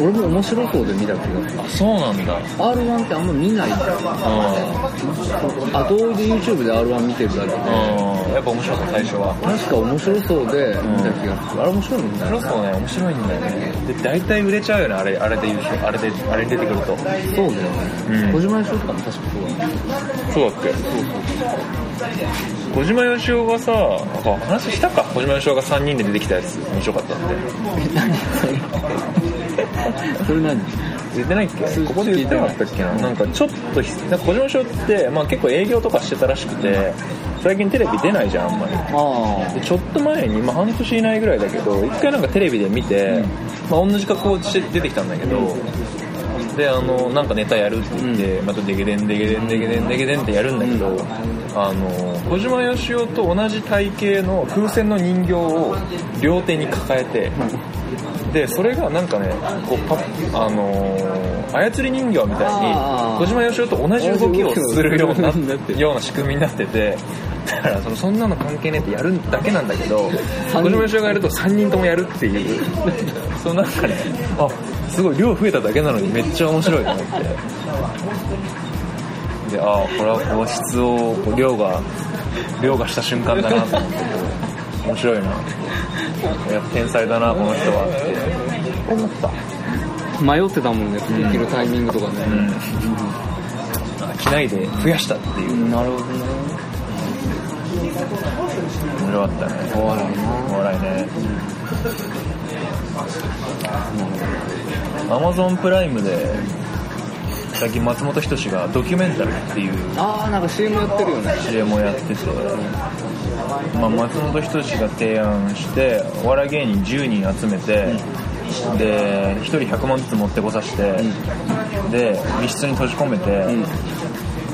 Speaker 3: 俺も面白そうで見た気がす
Speaker 2: あそ
Speaker 3: る。
Speaker 2: うなんだ
Speaker 3: R1 ってあんま見ない。後追いで YouTube で R1 見てるだけで。
Speaker 2: うんうんやっぱ面白そう最初は
Speaker 3: 確か面白そうで見た気がする。あれ面白いもんね。
Speaker 2: 面白そうね面白いんだよねで大体売れちゃうよねあれあれで優勝あれであれに出てくると
Speaker 3: そうだよね。
Speaker 2: うん
Speaker 3: 小島よしおとかも確かそうだね。
Speaker 2: そうだっけ小島よしおがさあ話したか小島よしおが3人で出てきたやつ面白かったって
Speaker 3: それ何
Speaker 2: 言ってないっけ
Speaker 3: 数字
Speaker 2: ここで言ってなかったっけななんかちょっとひなんか小島よしおって、まあ、結構営業とかしてたらしくて最近テレビ出ないじゃんあんまり
Speaker 3: あ
Speaker 2: でちょっと前に、まあ、半年以内ぐらいだけど一回なんかテレビで見て、まあ、同じ格好して出てきたんだけど、であのなんかネタやるって言って、またデゲデンデゲデンデゲデンデゲデンってやるんだけど、あの小島よしおと同じ体型の風船の人形を両手に抱えて、でそれがなんかねこうパッあのー操り人形みたいに
Speaker 3: あー
Speaker 2: 小島よしおと同じ動きをするようになっ
Speaker 3: 同じ動きをする
Speaker 2: ような仕組みになっててだからそのそんなの関係ねえってやるだけなんだけど小島よしおがやると3人ともやるっていうそのなんかねあすごい量増えただけなのにめっちゃ面白いと思ってでああこれはこう質をこう量が量がした瞬間だなと思ってこう面白いないや天才だなこの人はって思った
Speaker 3: あ迷ってたもんねできるタイミングとか
Speaker 2: う
Speaker 3: ね、
Speaker 2: ん着ないで増やしたっていう
Speaker 3: なるほどね
Speaker 2: 面白かったね
Speaker 3: お笑い
Speaker 2: お笑いねアマゾンプライムで最近松本人志がドキュメンタルっていう
Speaker 3: ああなんか CM やってるよね
Speaker 2: CM をやってて、まあ、松本人志が提案してお笑い芸人10人集めて、で1人100万ずつ持ってこさせて、で密室に閉じ込めて、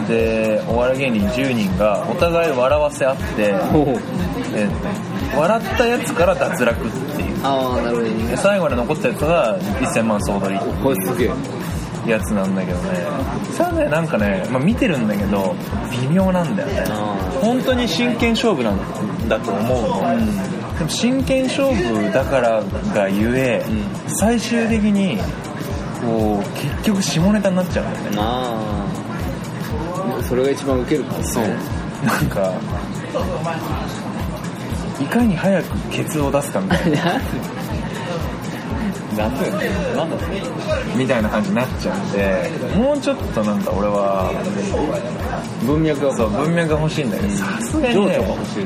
Speaker 2: でお笑い芸人10人がお互い笑わせ合って、
Speaker 3: ほう
Speaker 2: えー笑ったやつから脱落っていう
Speaker 3: ああなるほど
Speaker 2: で
Speaker 3: ね
Speaker 2: 最後まで残ったやつが1000万総取りって
Speaker 3: これすげえ
Speaker 2: いうやつなんだけどねそれはねなんかね、まあ、見てるんだけど微妙なんだよね
Speaker 3: あ
Speaker 2: 本当に真剣勝負なんだと思うの、でも真剣勝負だからがゆえ、
Speaker 3: う
Speaker 2: 最終的にこう結局下ネタになっちゃうんだよね
Speaker 3: あーそれが一番ウケるからね
Speaker 2: なんかいかに早くケツを出すかみたいな
Speaker 3: 夏よねなんだろうね
Speaker 2: みたいな感じになっちゃうんでもうちょっとなんか俺は
Speaker 3: 文脈が
Speaker 2: そう文脈が欲しいんだけどさすがに
Speaker 3: 情緒
Speaker 2: ね
Speaker 3: が欲しいね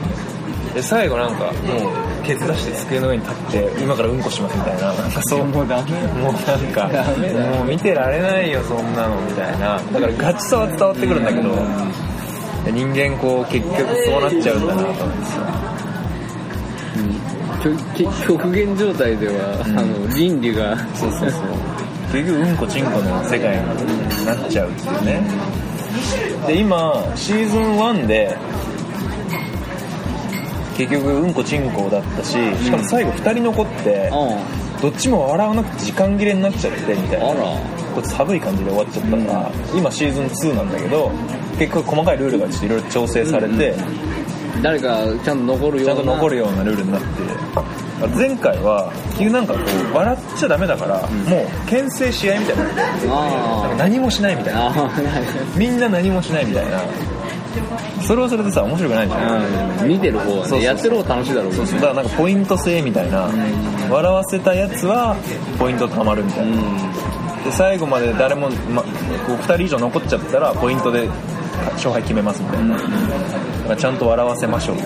Speaker 2: で最後なんかもうケツ出して机の上に立って今からうんこしますみたいななんかそうもうダメもうなんか
Speaker 3: ダメだよ
Speaker 2: もう見てられないよそんなのみたいなだからガチさは伝わってくるんだけどで人間こう結局そうなっちゃうんだなと思ってさ
Speaker 3: きょき 極限状態では、
Speaker 2: ん
Speaker 3: あの倫理が
Speaker 2: そうそうそう結局うんこちんこの世界になっちゃうっていうねで今シーズン1で結局うんこちんこだったししかも最後2人残って、
Speaker 3: う
Speaker 2: どっちも笑わなくて時間切れになっちゃってみたいな
Speaker 3: あら
Speaker 2: これ寒い感じで終わっちゃったから、今シーズン2なんだけど結構細かいルールがちょっといろいろ調整されて、
Speaker 3: ん誰かちゃんと残るよう
Speaker 2: ちゃ
Speaker 3: なん
Speaker 2: と残るようなルールになって前回は結局なんかこう笑っちゃダメだから、もう牽制試合みたいななんか
Speaker 3: あ
Speaker 2: 何もしないみたい
Speaker 3: あ
Speaker 2: な
Speaker 3: あ
Speaker 2: みんな何もしないみたいなそれはそれでさ面白くないじゃん、
Speaker 3: あ、うん、見てる方は
Speaker 2: そうそう
Speaker 3: ねやってる方楽しいだろうけど
Speaker 2: そうそうだからなんかポイント制みたいな、笑わせたやつはポイント貯まるみたいな、で最後まで誰も、ま、こう2人以上残っちゃったらポイントで勝敗決めますみたいな、だからちゃんと笑わせましょう、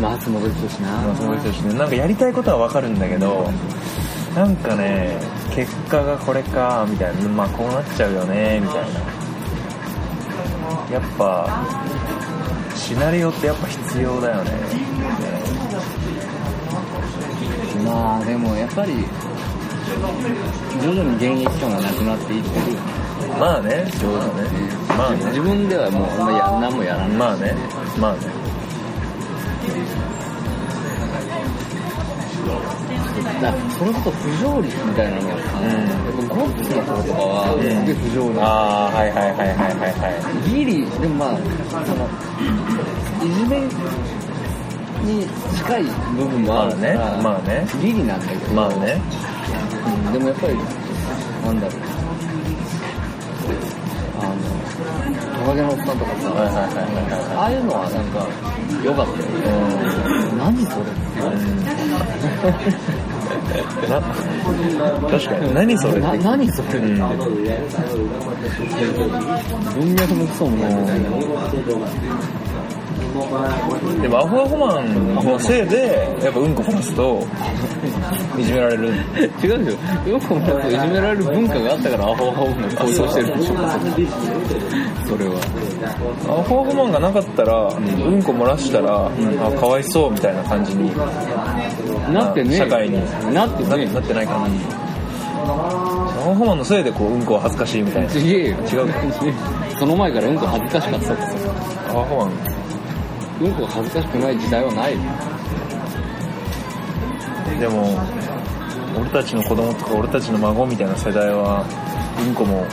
Speaker 3: 松本人志な
Speaker 2: そういう人たちねなんかやりたいことはわかるんだけどなんかね結果がこれかみたいなまあこうなっちゃうよねみたいなやっぱシナリオってやっぱ必要だよね
Speaker 3: まあでもやっぱり徐々に現役感がなくなっていってるよね
Speaker 2: まあねそうだねまあね
Speaker 3: 自分ではもうあんまや何もやらない
Speaker 2: まあねまあね
Speaker 3: だからそれこそ不条理みたいなのがさ、
Speaker 2: うん
Speaker 3: やっぱゴッツの頃とかはすげえ不条理
Speaker 2: ああはいはいはいはいはいは
Speaker 3: ギリでもまあそのいじめに近い部分もあるから、
Speaker 2: まあねまあね
Speaker 3: ギリなんだけど
Speaker 2: い、まあね
Speaker 3: うんでもやっぱりなんだろうあのトカゲのおっさんとかさ、
Speaker 2: はいはいはいはいはい
Speaker 3: ああいうのはなんか良かったよね、何それ
Speaker 2: な確かに何それって
Speaker 3: な何それ、
Speaker 2: うん
Speaker 3: 文脈もクソもないみたいな、
Speaker 2: でもアホアホマンのせいでやっぱうんこ漏らすといじめられる
Speaker 3: 違うでしょよくもらうといじめられる文化があったからアホアホも行動してるでしょそれは
Speaker 2: アホアホマンがなかったら、うん、こ漏らしたら、あかわいそうみたいな感じに
Speaker 3: なってねえ
Speaker 2: 社会に
Speaker 3: なって
Speaker 2: な
Speaker 3: ね
Speaker 2: なってないかなアホアホマンのせいでこううんこは恥ずかしいみたいな
Speaker 3: え違えよ
Speaker 2: 違う
Speaker 3: その前からうんこ恥ずかしかったってさ
Speaker 2: アホアホマン
Speaker 3: うんこが恥ずかしくない時代はないよ
Speaker 2: でも俺たちの子供とか俺たちの孫みたいな世代はうんこも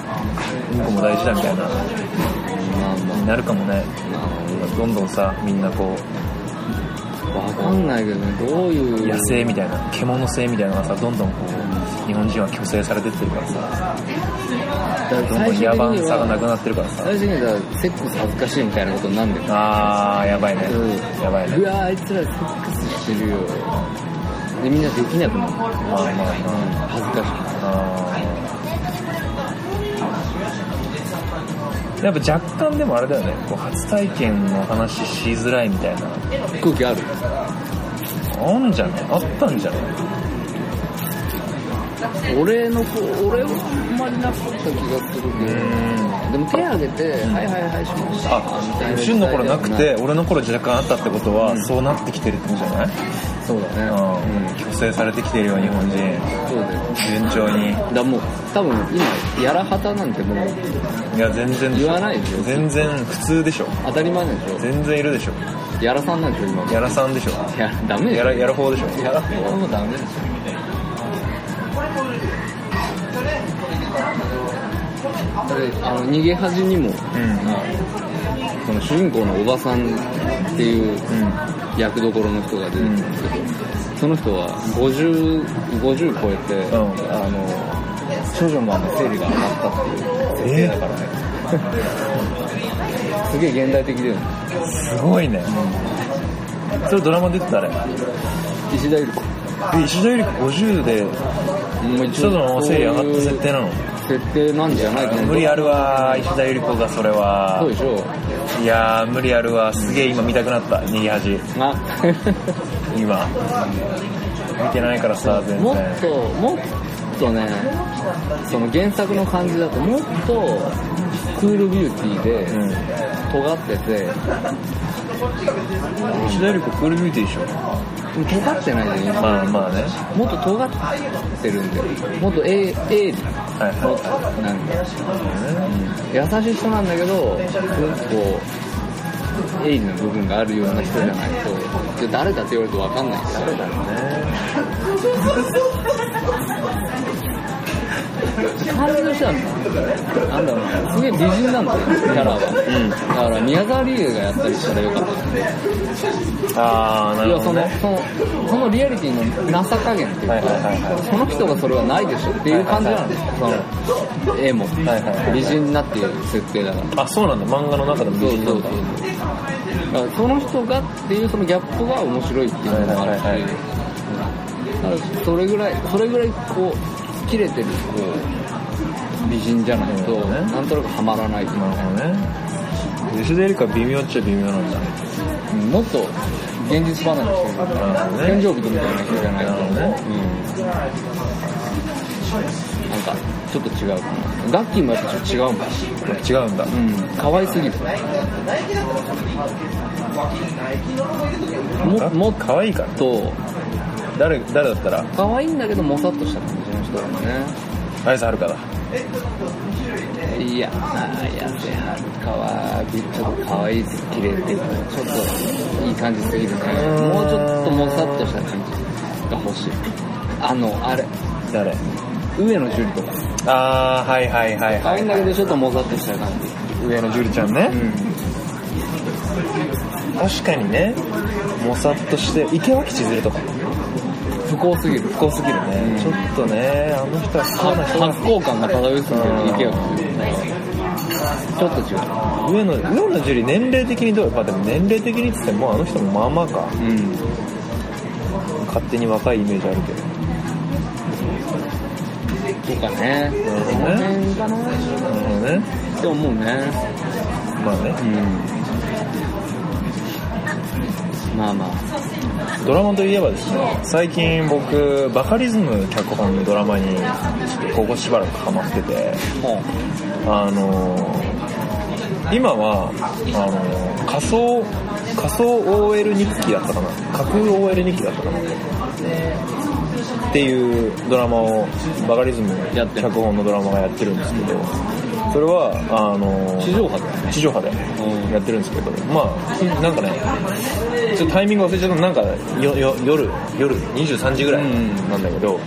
Speaker 2: うんこも大事だみたいな
Speaker 3: なんだ
Speaker 2: になるかもね
Speaker 3: な
Speaker 2: どんどんさみんなこう
Speaker 3: わかんないけどねどういう
Speaker 2: 野生みたいな獣性みたいなのがさどんどんこう日本人は虚勢されてってるからさ
Speaker 3: 最
Speaker 2: どんどん
Speaker 3: 終的に
Speaker 2: 野
Speaker 3: は
Speaker 2: 蛮さがなくなってるからさ
Speaker 3: 最終的にはセックス恥ずかしいみたいなことになんでる
Speaker 2: あーやばいね
Speaker 3: うん
Speaker 2: やばいね
Speaker 3: うわあいつらセックスしてるよでみんなできなくな
Speaker 2: ま
Speaker 3: る
Speaker 2: あまあま
Speaker 3: 恥ずかしく
Speaker 2: ああーやっぱ若干でもあれだよねこう初体験の話しづらいみたいな
Speaker 3: ない空気ある
Speaker 2: あんじゃないあったんじゃない
Speaker 3: 俺の子俺はあんまりなかった気がするけど、でも手挙げて、はいはいはいしましたみた
Speaker 2: あ
Speaker 3: いな
Speaker 2: 旬の頃なくて俺の頃若干あったってことは、そうなってきてるってことじゃない
Speaker 3: そうだね
Speaker 2: うん虚勢されてきてるよ日本人
Speaker 3: そうだよ
Speaker 2: 順調に
Speaker 3: だからもう多分今やらはたなんてもう
Speaker 2: いや全然でしょ
Speaker 3: 言わないでしょ
Speaker 2: 全然普通でしょ
Speaker 3: 当たり前なんでし
Speaker 2: 全然いるでしょ
Speaker 3: ょやらさんなんでしょ今
Speaker 2: やらさんでしょ
Speaker 3: やダメでし
Speaker 2: や
Speaker 3: ょ
Speaker 2: らやら方でしょ
Speaker 3: やらはたもダメでしょだってあの逃げ恥にも
Speaker 2: うん
Speaker 3: その主人公のおばさんっていう役どころの人が出てくるんですけど、その人は 50, 50超えて、
Speaker 2: うん
Speaker 3: あの少女マンの生理が上がったっていう設定だからね、すげえ現代的だよね
Speaker 2: すごいね。それドラマ出てたね。
Speaker 3: 石田ゆり子
Speaker 2: で石田ゆり子50で、
Speaker 3: もう
Speaker 2: ちょっともう生理上がった設定なの。
Speaker 3: 設定なんじゃないかな
Speaker 2: 無理あるわー、石田ゆり子がそれは
Speaker 3: そう。でしょう
Speaker 2: いやー、無理あるわー、すげえ今見たくなった、逃げ恥。
Speaker 3: あ
Speaker 2: 今。見てないからさ、全然。
Speaker 3: もっともっとねその原作の感じだともっとクールビューティーで
Speaker 2: うん。
Speaker 3: 尖ってて、
Speaker 2: 石田ゆり子クールビューティーでしょ。
Speaker 3: 尖ってないじゃん今
Speaker 2: まあまあね。
Speaker 3: もっと尖ってるんだよもっと A, A に
Speaker 2: はいは
Speaker 3: もっとなんだよ
Speaker 2: い。
Speaker 3: 優しい人なんだけどすごくこう鋭利な部分があるような人じゃないとで誰だって言われると分かんないし感じの人はなんだろうなすげえ美人なんだよキャラは、
Speaker 2: うん
Speaker 3: だから宮沢りえがやったりしたらよかったね
Speaker 2: ああ、ないる
Speaker 3: や
Speaker 2: ほど
Speaker 3: その
Speaker 2: ね。
Speaker 3: そのそのリアリティのなさ加減っていうか、
Speaker 2: はいはいはいはい
Speaker 3: その人がそれはないでしょっていう感じなんですよ、その絵も、
Speaker 2: はいはいはい
Speaker 3: 美人になっていう設定だから
Speaker 2: あ、そうなんだ。漫画の中でも
Speaker 3: そう
Speaker 2: 美人
Speaker 3: そ
Speaker 2: な
Speaker 3: うんそ
Speaker 2: だ
Speaker 3: う。だからその人がっていうそのギャップが面白いっていうのもあるし、
Speaker 2: はいはいはい
Speaker 3: だからそれぐらいそれぐらいこう切れてるこう美人じゃないと、
Speaker 2: そうだね
Speaker 3: なんとなくはまらないという
Speaker 2: なる
Speaker 3: か
Speaker 2: ほどね。吉田エリカ微妙っちゃ微妙なんだ。
Speaker 3: うんもっと現実離れしてる
Speaker 2: なるほど
Speaker 3: 天
Speaker 2: ね。
Speaker 3: 井人みたいな人じゃないと、
Speaker 2: なるほどね
Speaker 3: うんなんかちょっと違うかなガッキーもやっぱちょっと違うもん
Speaker 2: 違うんだ。
Speaker 3: うん、可愛すぎるもも
Speaker 2: も
Speaker 3: っ
Speaker 2: う可愛いから。
Speaker 3: と
Speaker 2: 誰、誰だったら、
Speaker 3: 可愛いんだけどもさっとした感じの人だもん
Speaker 2: 綾瀬はるかだ。
Speaker 3: ねいやあやせはるかはちょっと可愛いです綺麗でちょっといい感じすぎるね
Speaker 2: うん
Speaker 3: もうちょっともさっとした感じが欲しいあのあれ
Speaker 2: 誰
Speaker 3: 上野樹里とか
Speaker 2: あー、はいはいはい
Speaker 3: 可
Speaker 2: は
Speaker 3: 愛いんだけ
Speaker 2: い。
Speaker 3: どちょっともさっとした感
Speaker 2: 上野樹里ちゃんね
Speaker 3: じ、。
Speaker 2: 確かにね、もさっとして、池脇千鶴とか。
Speaker 3: 不幸すぎる
Speaker 2: 不幸すぎるね。ちょっとね、あの人は不幸な人だ
Speaker 3: 発光感が漂ってる池脇ちょっと違う
Speaker 2: 上野、上野樹里年齢的にどうまあでも年齢的にっつっても、あの人もまあまあか。
Speaker 3: うん
Speaker 2: 勝手に若いイメージあるけど。なるほどね
Speaker 3: とかね辺かなっ
Speaker 2: なるほどね。
Speaker 3: て思うね
Speaker 2: まあね
Speaker 3: う。んまあまあ
Speaker 2: ドラマといえばですね、最近僕、バカリズム脚本のドラマに、ここしばらくハマってて、
Speaker 3: も
Speaker 2: あのー今は、あのー仮想、仮想 OL 日記だったかな架空 OL 日記だったかなっていうドラマを、バカリズム
Speaker 3: やってる
Speaker 2: 脚本のドラマがやってるんですけど、それは、あのー
Speaker 3: う地上波だよね
Speaker 2: 地上波でやってるんですけど、まあきなんかねちょっとタイミング忘れちゃったなんかよよ夜夜23時ぐらい
Speaker 3: うん
Speaker 2: なんだけど、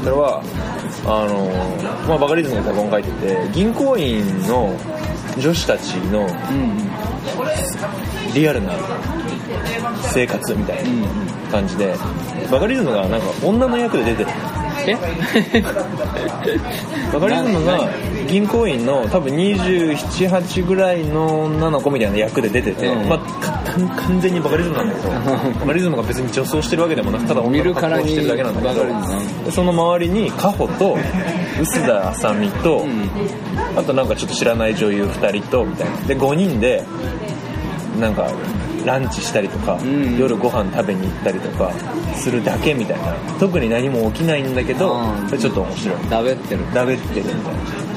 Speaker 2: それはあの、まあ、バカリズムが脚本書いてて銀行員の女子たちの
Speaker 3: うん
Speaker 2: リアルな生活みたいな感じで、バカリズムがなんか女の役で出てる
Speaker 3: え
Speaker 2: バカリズムが銀行員の多分278ぐらいの女の子みたいな役で出てて、
Speaker 3: うん
Speaker 2: まあ、か完完全にバカリズムなんだけどバカリズムが別に女装してるわけでもなくただ
Speaker 3: 見
Speaker 2: 女
Speaker 3: る
Speaker 2: の
Speaker 3: から
Speaker 2: 格好をし
Speaker 3: に
Speaker 2: てるだけなんだけ
Speaker 3: バカリズ
Speaker 2: どでその周りにカホと臼田あさみと、
Speaker 3: うん
Speaker 2: あとなんかちょっと知らない女優2人とみたいなで5人でなんかランチしたりとか、
Speaker 3: ん
Speaker 2: 夜ご飯食べに行ったりとかするだけみたいな特に何も起きないんだけど、
Speaker 3: うん
Speaker 2: それちょっと面白い
Speaker 3: だべってる
Speaker 2: だべってるみ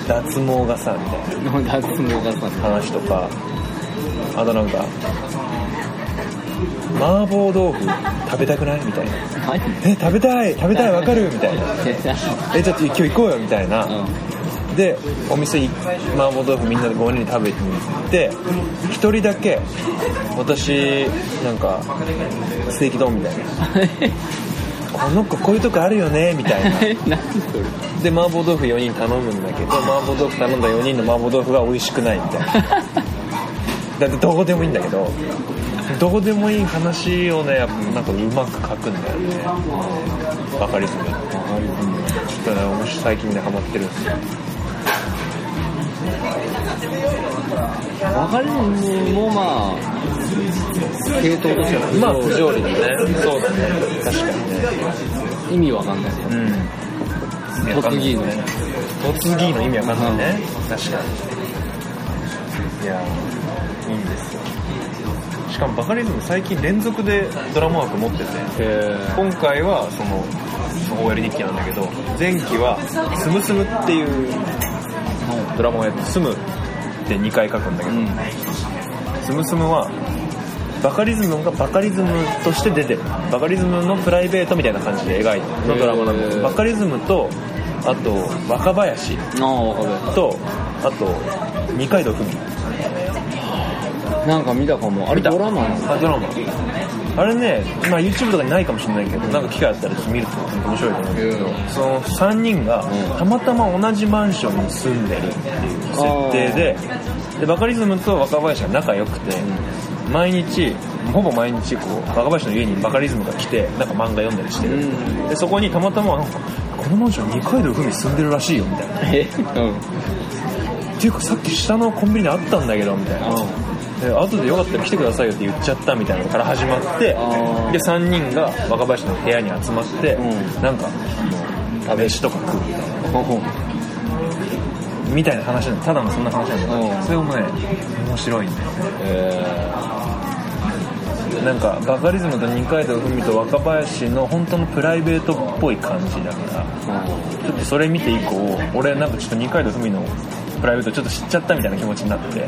Speaker 2: たいな脱毛がさみたい
Speaker 3: の脱毛がさ
Speaker 2: な話とかあとなんか麻婆豆腐食べたくないみたいな
Speaker 3: 何
Speaker 2: え食べたい食べたいわかるみたいなえちょっと今日行こうよみたいな、でお店い麻婆豆腐みんなで5人で食べに行って1人だけ私なんかステーキ丼みたいなこの子こういうとこあるよねみたいな
Speaker 3: 何それ
Speaker 2: で麻婆豆腐4人頼むんだけど麻婆豆腐頼んだ4人の麻婆豆腐が美味しくないみたい なだってどうでもいいんだけどどうでもいい話をねやっぱなんかうまく書くんだよねバカリズム
Speaker 3: バカリズム
Speaker 2: ちょっとね面白い最近ねハマってるんですよ
Speaker 3: 別れるのもまあ系統としては
Speaker 2: まあ不条理だねそうだね確かにね
Speaker 3: 意味わかんない
Speaker 2: うん
Speaker 3: 嫁ぎの
Speaker 2: 嫁ぎの意味わかんないね、確かにいやいいんですよしかもバカリズム最近連続でドラマ枠持ってて今回はそのその OL 日記なんだけど前期は「スムスム」っていうドラマをやって「スム」って2回書くんだけど、スムスムはバカリズムがバカリズムとして出てるバカリズムのプライベートみたいな感じで描いてるドラマなんだけ
Speaker 3: へ
Speaker 2: ど
Speaker 3: ー
Speaker 2: バカリズムとあと若林
Speaker 3: ああわか
Speaker 2: とあと二階堂ふみ
Speaker 3: るなんか見たかもあれ
Speaker 2: 見た
Speaker 3: ドラマなの
Speaker 2: あドラマあれね、まあ、YouTube とかにないかもしれないけどなんか機会あったらちょっと見ると面白いと思うんだけど
Speaker 3: へー
Speaker 2: その3人が
Speaker 3: うん
Speaker 2: たまたま同じマンションに住んでるっていう設定ででバカリズムと若林が仲良くて毎日ほぼ毎日こう若林の家にバカリズムが来てなんか漫画読んだりしてるでそこにたまたまなんかこのマンション二階堂ふみ住んでるらしいよみたいな
Speaker 3: えうん
Speaker 2: っていうかさっき下のコンビニにあったんだけどみたいな、で後でよかったら来てくださいよって言っちゃったみたいなのから始まってで
Speaker 3: あー
Speaker 2: 3人が若林の部屋に集まって、
Speaker 3: う
Speaker 2: なんか食べしとか食うみたいなみたいな話なんただのそんな話なんだけど、
Speaker 3: うん
Speaker 2: それもね面白いんだよ
Speaker 3: え
Speaker 2: ねなんかバカリズムと二階堂ふみと若林の本当のプライベートっぽい感じだから
Speaker 3: ー
Speaker 2: ちょっとそれ見て以降俺なんかちょっと二階堂ふみのプライベートちょっと知っちゃったみたいな気持ちになって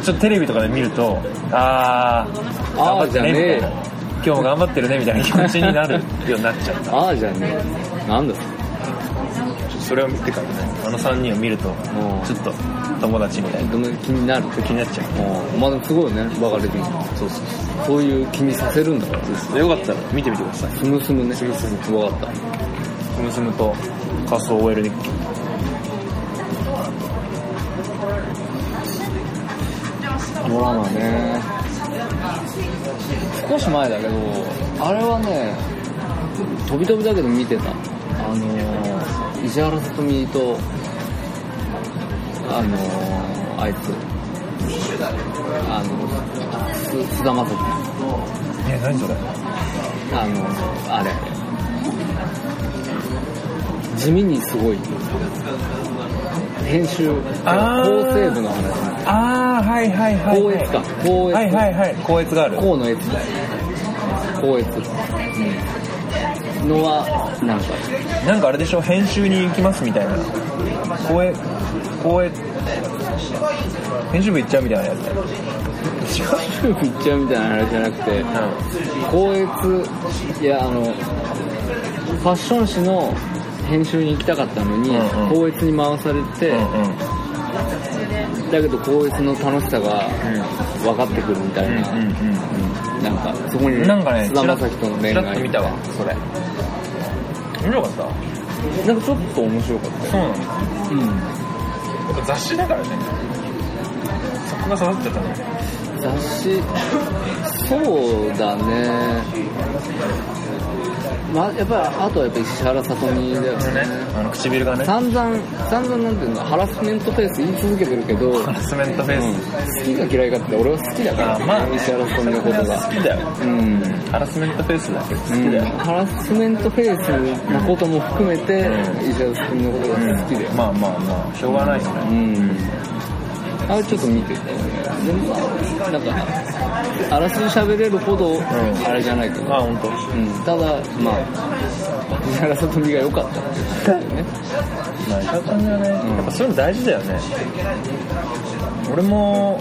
Speaker 2: ちょっとテレビとかで見るとあー頑張
Speaker 3: あ
Speaker 2: っ
Speaker 3: ーじ
Speaker 2: て
Speaker 3: ゃ
Speaker 2: ね
Speaker 3: ね
Speaker 2: みた
Speaker 3: え
Speaker 2: いな今日も頑張ってるねみたいな気持ちになるようになっちゃった
Speaker 3: ああじゃねえなんだ
Speaker 2: それを見てからねあの3人を見るとちょっと友達みたいな
Speaker 3: どの気になる
Speaker 2: 気になっちゃ
Speaker 3: まあでもすごいねバカリズムそうそうそういう気にさせるんだから
Speaker 2: うよかったら見てみてください
Speaker 3: スムスムねスムスムわかっ
Speaker 2: ムスムと仮想 OL 日記
Speaker 3: たドラマね少し前だけどあれはね飛び飛びだけど見てたあのー石原さとみとあのーあいつあのす菅田将暉
Speaker 2: え何それ
Speaker 3: あの、あれ。地味にすごい。編集、
Speaker 2: あー
Speaker 3: 高精度の話ね。
Speaker 2: ああはいはいは
Speaker 3: 高越か。高
Speaker 2: はい
Speaker 3: 越。
Speaker 2: はいはい高越がある
Speaker 3: 高の越だよ。高越。うん。のは、なんか、
Speaker 2: なんかあれでしょ編集に行きますみたいな公演公演編集部行っちゃうみたいなやつ
Speaker 3: 違うピッチャーみたいな話じゃなくて、高越、いや、あの、ファッション誌の編集に行きたかったのに、
Speaker 2: うんうん
Speaker 3: 高越に回されて、
Speaker 2: うんうん
Speaker 3: だけど高越の楽しさが
Speaker 2: う
Speaker 3: 分かってくるみたいな、なんかそこに
Speaker 2: なんかね
Speaker 3: 菅
Speaker 2: ちら
Speaker 3: 田
Speaker 2: っ
Speaker 3: 将暉との恋愛
Speaker 2: ちらっと見たわそれ面白かっ
Speaker 3: なんかちょっと面白かった
Speaker 2: そうなんだ
Speaker 3: たうん
Speaker 2: 雑誌だからねそこが刺さっちゃったね
Speaker 3: 雑誌そうだねまあやっぱりあとはやっぱ石原さとみだよね
Speaker 2: あの唇がねハ
Speaker 3: 散々散々なんていうのハラスメントフェイス言い続けてるけど、うん、好
Speaker 2: ラスメントフェイス、
Speaker 3: きか嫌いかって俺は好きだから、
Speaker 2: あまあ
Speaker 3: 石原さとみのこと
Speaker 2: 好
Speaker 3: が
Speaker 2: きだよ
Speaker 3: うん
Speaker 2: ハラスメントフェイスだけど好き
Speaker 3: うん
Speaker 2: だよ、
Speaker 3: ハラスメントフェイスなことも含めて、
Speaker 2: うん
Speaker 3: 石原さとみのこと
Speaker 2: うん
Speaker 3: が好きで、
Speaker 2: まあまあまあしょうがないよね、
Speaker 3: うんあれちょっと見てたよねでもまあなんかあらすじ喋れるほどあれじゃないけど、
Speaker 2: あ本当。
Speaker 3: うんただまあ石原さとみが良か ったっていうことだよね
Speaker 2: まあ、社会がね、やっぱそういうの大事だよね。俺も、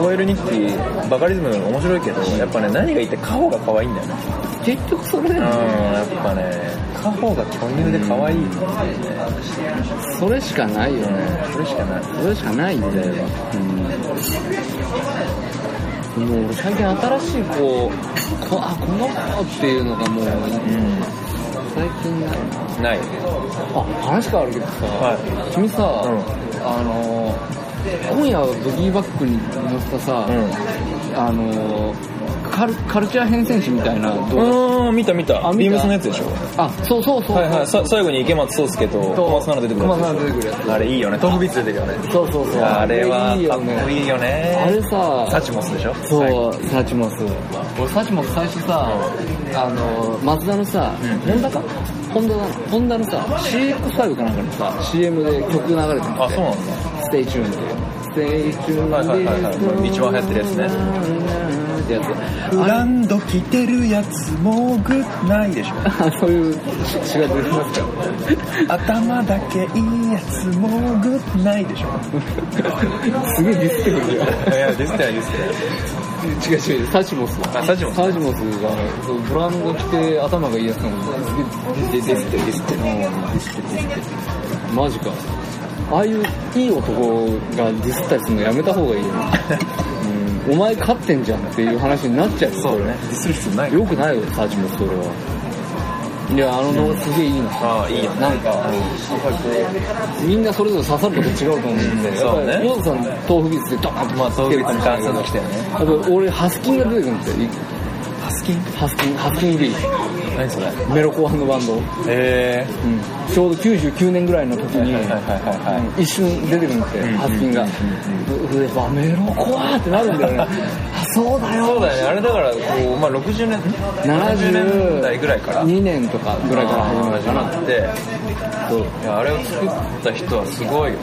Speaker 2: OL 日記、バカリズム面白いけど、やっぱね、何が言って顔が可愛いんだよね。
Speaker 3: 結局それだ
Speaker 2: うん、
Speaker 3: よね
Speaker 2: やっぱね、顔が巨乳で可愛い。うん、
Speaker 3: それしかないよね、
Speaker 2: それしかない。
Speaker 3: それしかないんだよ、うん、もう俺最近新しいこうこあこの子っていうのがもう
Speaker 2: う、
Speaker 3: 最近ないなん
Speaker 2: ない。
Speaker 3: あ話変わるけどさ、
Speaker 2: は
Speaker 3: 君さ、
Speaker 2: ん
Speaker 3: あの今夜はブギーバックに乗ったさ、
Speaker 2: うん。
Speaker 3: あのカルカルチャー変遷史みたいな動画
Speaker 2: うん見た見た
Speaker 3: あ見た
Speaker 2: ビームスのやつでしょ
Speaker 3: あそうそうそう、
Speaker 2: はいはいさ最後に池松壮亮と小松菜奈出てくるやつでしょ
Speaker 3: 小松菜奈出てくるやつ
Speaker 2: あれいいよね特別出てくるよね
Speaker 3: そうそうそう
Speaker 2: あれは
Speaker 3: あいい
Speaker 2: か
Speaker 3: よ
Speaker 2: っ
Speaker 3: ね
Speaker 2: こいいよね
Speaker 3: あれさ
Speaker 2: サチモスでしょ
Speaker 3: そう、サーチモス。俺、サーチモス最初さ、あの、マツダのさ、
Speaker 2: うん
Speaker 3: ホンダかホンダの、ホンダのさ、CX5 かなんかのさ、CM で曲流れて
Speaker 2: あ
Speaker 3: て
Speaker 2: そうなんだ
Speaker 3: ステイチューンっていう。ステイチューンで。
Speaker 2: はいはいはいはい一番流行ってるやつね
Speaker 3: ってやつ。あれ
Speaker 2: ンド着てるやつもグッないでしょ
Speaker 3: あそういう仕事しますから。
Speaker 2: 頭だけいいやつもグッないでしょ
Speaker 3: すげえディスってくるじゃん。
Speaker 2: いやディスってないディスってない
Speaker 3: 違う違う、サーチモスは
Speaker 2: あサチモス
Speaker 3: サーチモスが、そうブランド着て頭がいいやつなのに、すげえディスってる、ディスってる。マジか。ああいういい男がディスったりするのやめた方がいいよ、うん。お前勝ってんじゃんっていう話になっちゃうよ、
Speaker 2: そう
Speaker 3: れ
Speaker 2: だね。ディスる必要ない
Speaker 3: よくないよ、サーチモス、それは。いや、あの動画すげえいいな。
Speaker 2: ああいいよね
Speaker 3: なんか、みんなそれぞれ刺さること違うと思うんで、
Speaker 2: そうね
Speaker 3: ヨウさん、豆腐ビーツでドーンと
Speaker 2: まあそういう
Speaker 3: 感じ
Speaker 2: 感想が来たよね
Speaker 3: あと俺ハスキンが出てくるんですよ
Speaker 2: ハスキン
Speaker 3: ハスキンハスキン B
Speaker 2: 何それ
Speaker 3: メロコアンドバンド、
Speaker 2: え
Speaker 3: ちょうど99年ぐらいの時
Speaker 2: えはい
Speaker 3: に、
Speaker 2: はいはいはい
Speaker 3: うん一瞬出てくるんですよ、
Speaker 2: ん
Speaker 3: ハスキンが、
Speaker 2: うん
Speaker 3: でわメロコアってなるんだよね あそうだ
Speaker 2: そう
Speaker 3: よ
Speaker 2: だよねあれだからこうまあ60年70
Speaker 3: 70
Speaker 2: 年代ぐらいから
Speaker 3: 2年とかぐらいから始まる
Speaker 2: 始
Speaker 3: か
Speaker 2: ま
Speaker 3: な
Speaker 2: って
Speaker 3: そう
Speaker 2: いやあれを作った人はすごいよね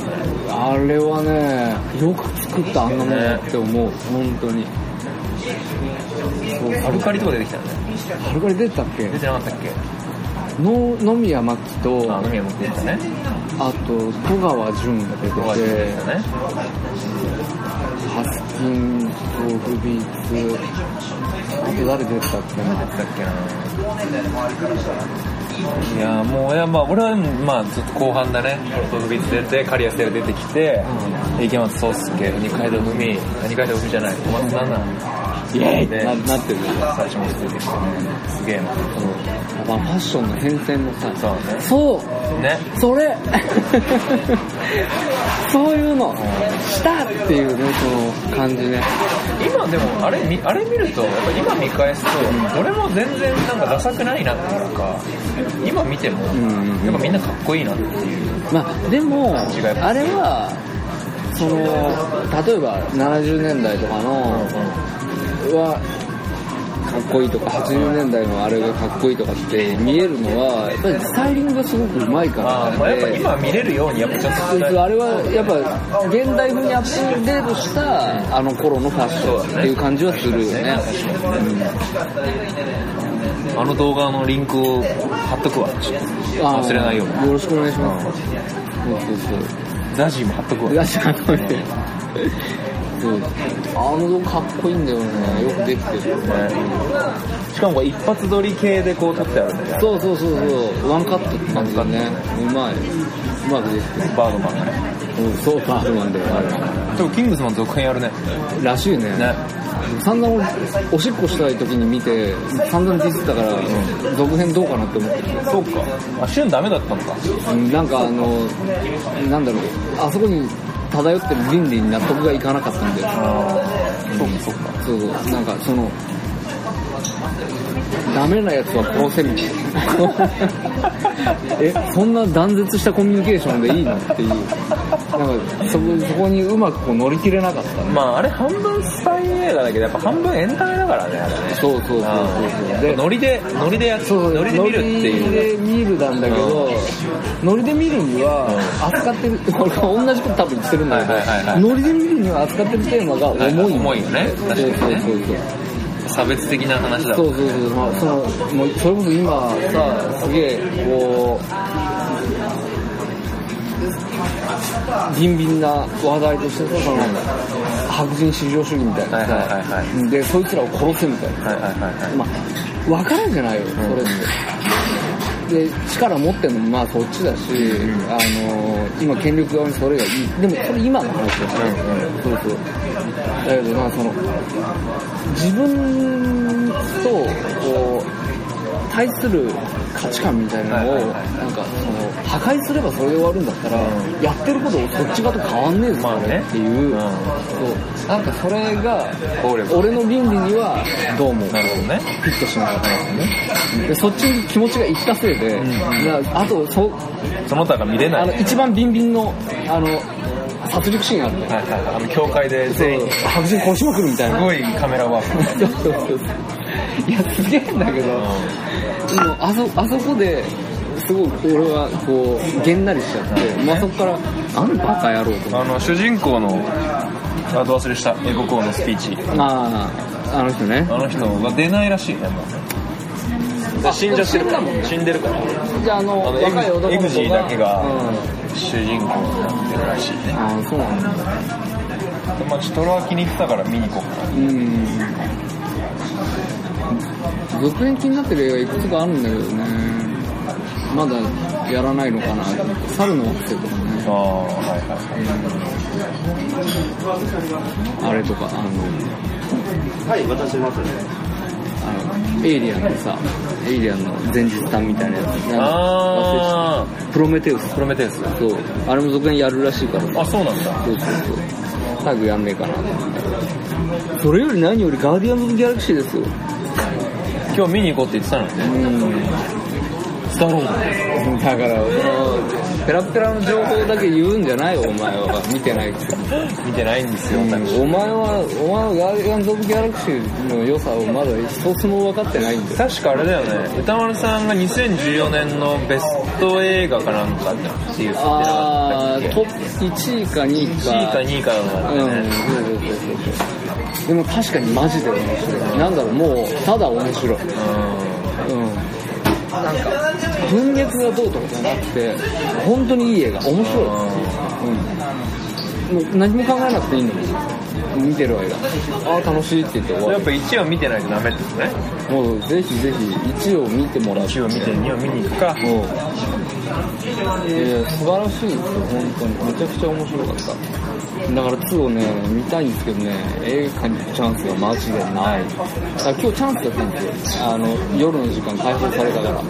Speaker 3: あれはねよく作ったあんなものって思う本当に
Speaker 2: アルカリとか出てきたよね
Speaker 3: あれから出てたっけ
Speaker 2: 出てなかったっけ
Speaker 3: の野宮真紀と
Speaker 2: あ飲み屋持ってたね
Speaker 3: あと戸川純が出て
Speaker 2: ここが出て
Speaker 3: て
Speaker 2: きたね
Speaker 3: ハスキン、トークビーツ、あと誰出てたっけな
Speaker 2: だっけないやもういやまあ俺はまあちょっと後半だねトグビッツ出てカリアステラ出てきて、池松壮亮二階堂ふみ二階堂ふみじゃない小松菜奈
Speaker 3: イエーイ
Speaker 2: で
Speaker 3: ななってる
Speaker 2: 最初も出てきてねすげえな
Speaker 3: やっぱファッションの変遷のさ、
Speaker 2: そうね
Speaker 3: そ
Speaker 2: ね
Speaker 3: うそれ そういうの、したっていうね、その感じね。
Speaker 2: 今でもあれみあれ見るとやっぱ今見返すと、俺も全然なんかダサくないなっていうか今見ても、
Speaker 3: んうんうん
Speaker 2: やっぱみんなかっこいいなっていう
Speaker 3: まあ、でも、
Speaker 2: 違います
Speaker 3: あれは、その、例えば70年代とかの、はかっこいいとか80年代のあれがかっこいいとかって見えるのはやっぱりスタイリングがすごくうまいか
Speaker 2: あ
Speaker 3: ら
Speaker 2: ーまあやっぱ
Speaker 3: で
Speaker 2: 今見れるようにやっぱちょっと
Speaker 3: あれはやっぱ現代風にアップデートしたあの頃のファッションっていう感じはするよね
Speaker 2: あの動画のリンクを貼っとくわ
Speaker 3: あー
Speaker 2: 忘れないように
Speaker 3: よろしくお願いしますそうそうそう
Speaker 2: ザジーも貼っとくわ
Speaker 3: 出しかっこいいそうあの動画かっこいいんだよねよくできてる
Speaker 2: しかもこれ一発撮り系でこう立ってあるんだよ
Speaker 3: そうそうそうそうワンカットって感じだねうまいうまくできてる
Speaker 2: バードマンがね
Speaker 3: うん、そうか、そうなんだよ、あ
Speaker 2: でもキングスマン続編やるね
Speaker 3: れ。らしいね。
Speaker 2: ね
Speaker 3: 散々俺おしっこしたい時に見て、散々ディスったから、続編どうかなって思ってる
Speaker 2: そうかあシュンダメだったのか
Speaker 3: うんなんかあの、なんだろう、あそこに漂ってる倫理に納得がいかなかったんで、
Speaker 2: そうかそうか
Speaker 3: そうそう、なんかその、ダメなやつは殺せみ たいな。え、そんな断絶したコミュニケーションでいいのっていう。なんかそこ、そこにうまくこう乗り切れなかったね。
Speaker 2: まああれ半分スパイ映画だけどやっぱ半分エンタメだからねあれね
Speaker 3: そうそうそうそう。で
Speaker 2: ノリでノリでや
Speaker 3: そう
Speaker 2: ノリで見るっていう
Speaker 3: ノリで見るなんだけど、ノリで見るには扱ってる俺は同じこと多分言ってるんだけど、
Speaker 2: はいはいはいはい
Speaker 3: ノリで見るには扱ってるテーマが重いんだよ
Speaker 2: 重いよね確かにね
Speaker 3: そう
Speaker 2: 差別的な話だ
Speaker 3: そうそうそうそうそうそう、まあ、そのもうそれこそ今さすげえこうビンビンな話題としてさその白人至上主義みたいなさ、
Speaker 2: はいはいはいは
Speaker 3: でそいつらを殺せみたいな
Speaker 2: はいはいはいはい
Speaker 3: まあ、分からんじゃないよ、それって。で、力持ってるのもまあそっちだし、あのー今権力側にそれがいい。でもそれ今の話だし、そうそう。だけどまあその、自分と、こう、対する価値観みたいなのを、
Speaker 2: はいはいはい
Speaker 3: なんかその、破壊すればそれで終わるんだったら、
Speaker 2: う
Speaker 3: やってることそっち側と変わんねえぞ、
Speaker 2: まあね
Speaker 3: っていう、
Speaker 2: うん
Speaker 3: そう、なんかそれが、
Speaker 2: 暴力
Speaker 3: 俺の倫理にはどうも
Speaker 2: なるほどね
Speaker 3: フィットしなかったんですよね。で、そっちに気持ちが行ったせいで、なあと、そう、
Speaker 2: その他が見れない
Speaker 3: あの、一番ビンビンの、あの、殺戮シーンあるの。
Speaker 2: はいはいはいあの教会で全員
Speaker 3: 白人殺しまくるみたい
Speaker 2: す
Speaker 3: な。
Speaker 2: ごいカメラワーク
Speaker 3: そうそうそういや、すげえんだけど、もうあそ、あそこで、すごく俺は、こう、げんなりしちゃって、まあそこから、なんバカ野郎とか、
Speaker 2: あの主人公のあと忘れした英国王のスピーチ
Speaker 3: まあ、あの人ね。
Speaker 2: あの人が出ないらしいねもう死んじゃってるから
Speaker 3: 死んだもんね
Speaker 2: 死んでるから
Speaker 3: じゃあ、あの、
Speaker 2: あの
Speaker 3: 若い男の子が。
Speaker 2: エグジーだけが
Speaker 3: うん、
Speaker 2: 主人公になってるらしいね
Speaker 3: ああ、そうなんだ。
Speaker 2: でまあちょっと俺は気に入ってたから見に行こう
Speaker 3: うん。続編気になってる映画いくつかあるんだけどね。まだやらないのかな。猿の惑星とかね。
Speaker 2: ああはいはい
Speaker 3: あれとか、あの、
Speaker 4: はい、渡しますね。
Speaker 3: あのエイリアンのさ、エイリアンの前日談みたいなやつ。なんか
Speaker 2: ああ
Speaker 3: 忘れてたプロメテウス。
Speaker 2: プロメテウス
Speaker 3: そう。あれも続編やるらしいからね。
Speaker 2: あそうなんだ
Speaker 3: そうそうそう。早くやんねえかなと思って。それより何よりガーディアンズ・オブ・ギャラクシーですよ。
Speaker 2: 今日見に行こうって言ってたのにね
Speaker 3: うん。
Speaker 2: スタロー
Speaker 3: だから、その、ペラペラの情報だけ言うんじゃないよ、お前は。見てないくせに
Speaker 2: ン見てないんですよ
Speaker 3: お前
Speaker 2: 私
Speaker 3: は、お前はガーディアンズ・オブ・ギャラクシーの良さをまだ一つも分かってないんだよ。
Speaker 2: 確かあれだよね歌丸さんが2014年のベスト映画かなんかって言ってなか
Speaker 3: あ
Speaker 2: ったっけ
Speaker 3: ー、トップ1位か2位か。
Speaker 2: 1位か2位かなだ
Speaker 3: うんん、そう
Speaker 2: よ
Speaker 3: そう
Speaker 2: ね、
Speaker 3: そうそう。でも確かにマジで面白い。なんだろう、もう、ただ面白い。うん。なんか、文脈がどうとかじゃなくて、本当にいい映画、面白い。うん。もう何も考えなくていいのに、見てる映画。ああ、楽しいって言って終
Speaker 2: うん
Speaker 3: わ
Speaker 2: やっぱ1を見てないとダメですね
Speaker 3: る。もう、ぜひぜひ、1を見てもらって。
Speaker 2: 1を見て2を見に行くか
Speaker 3: もう、いやいや素晴らしいですよ、本当に。めちゃくちゃ面白かった。だから2をね、見たいんですけどね、映画館に行くチャンスがマジでない。だから今日チャンスだったんですよ。あの、夜の時間解放されたから。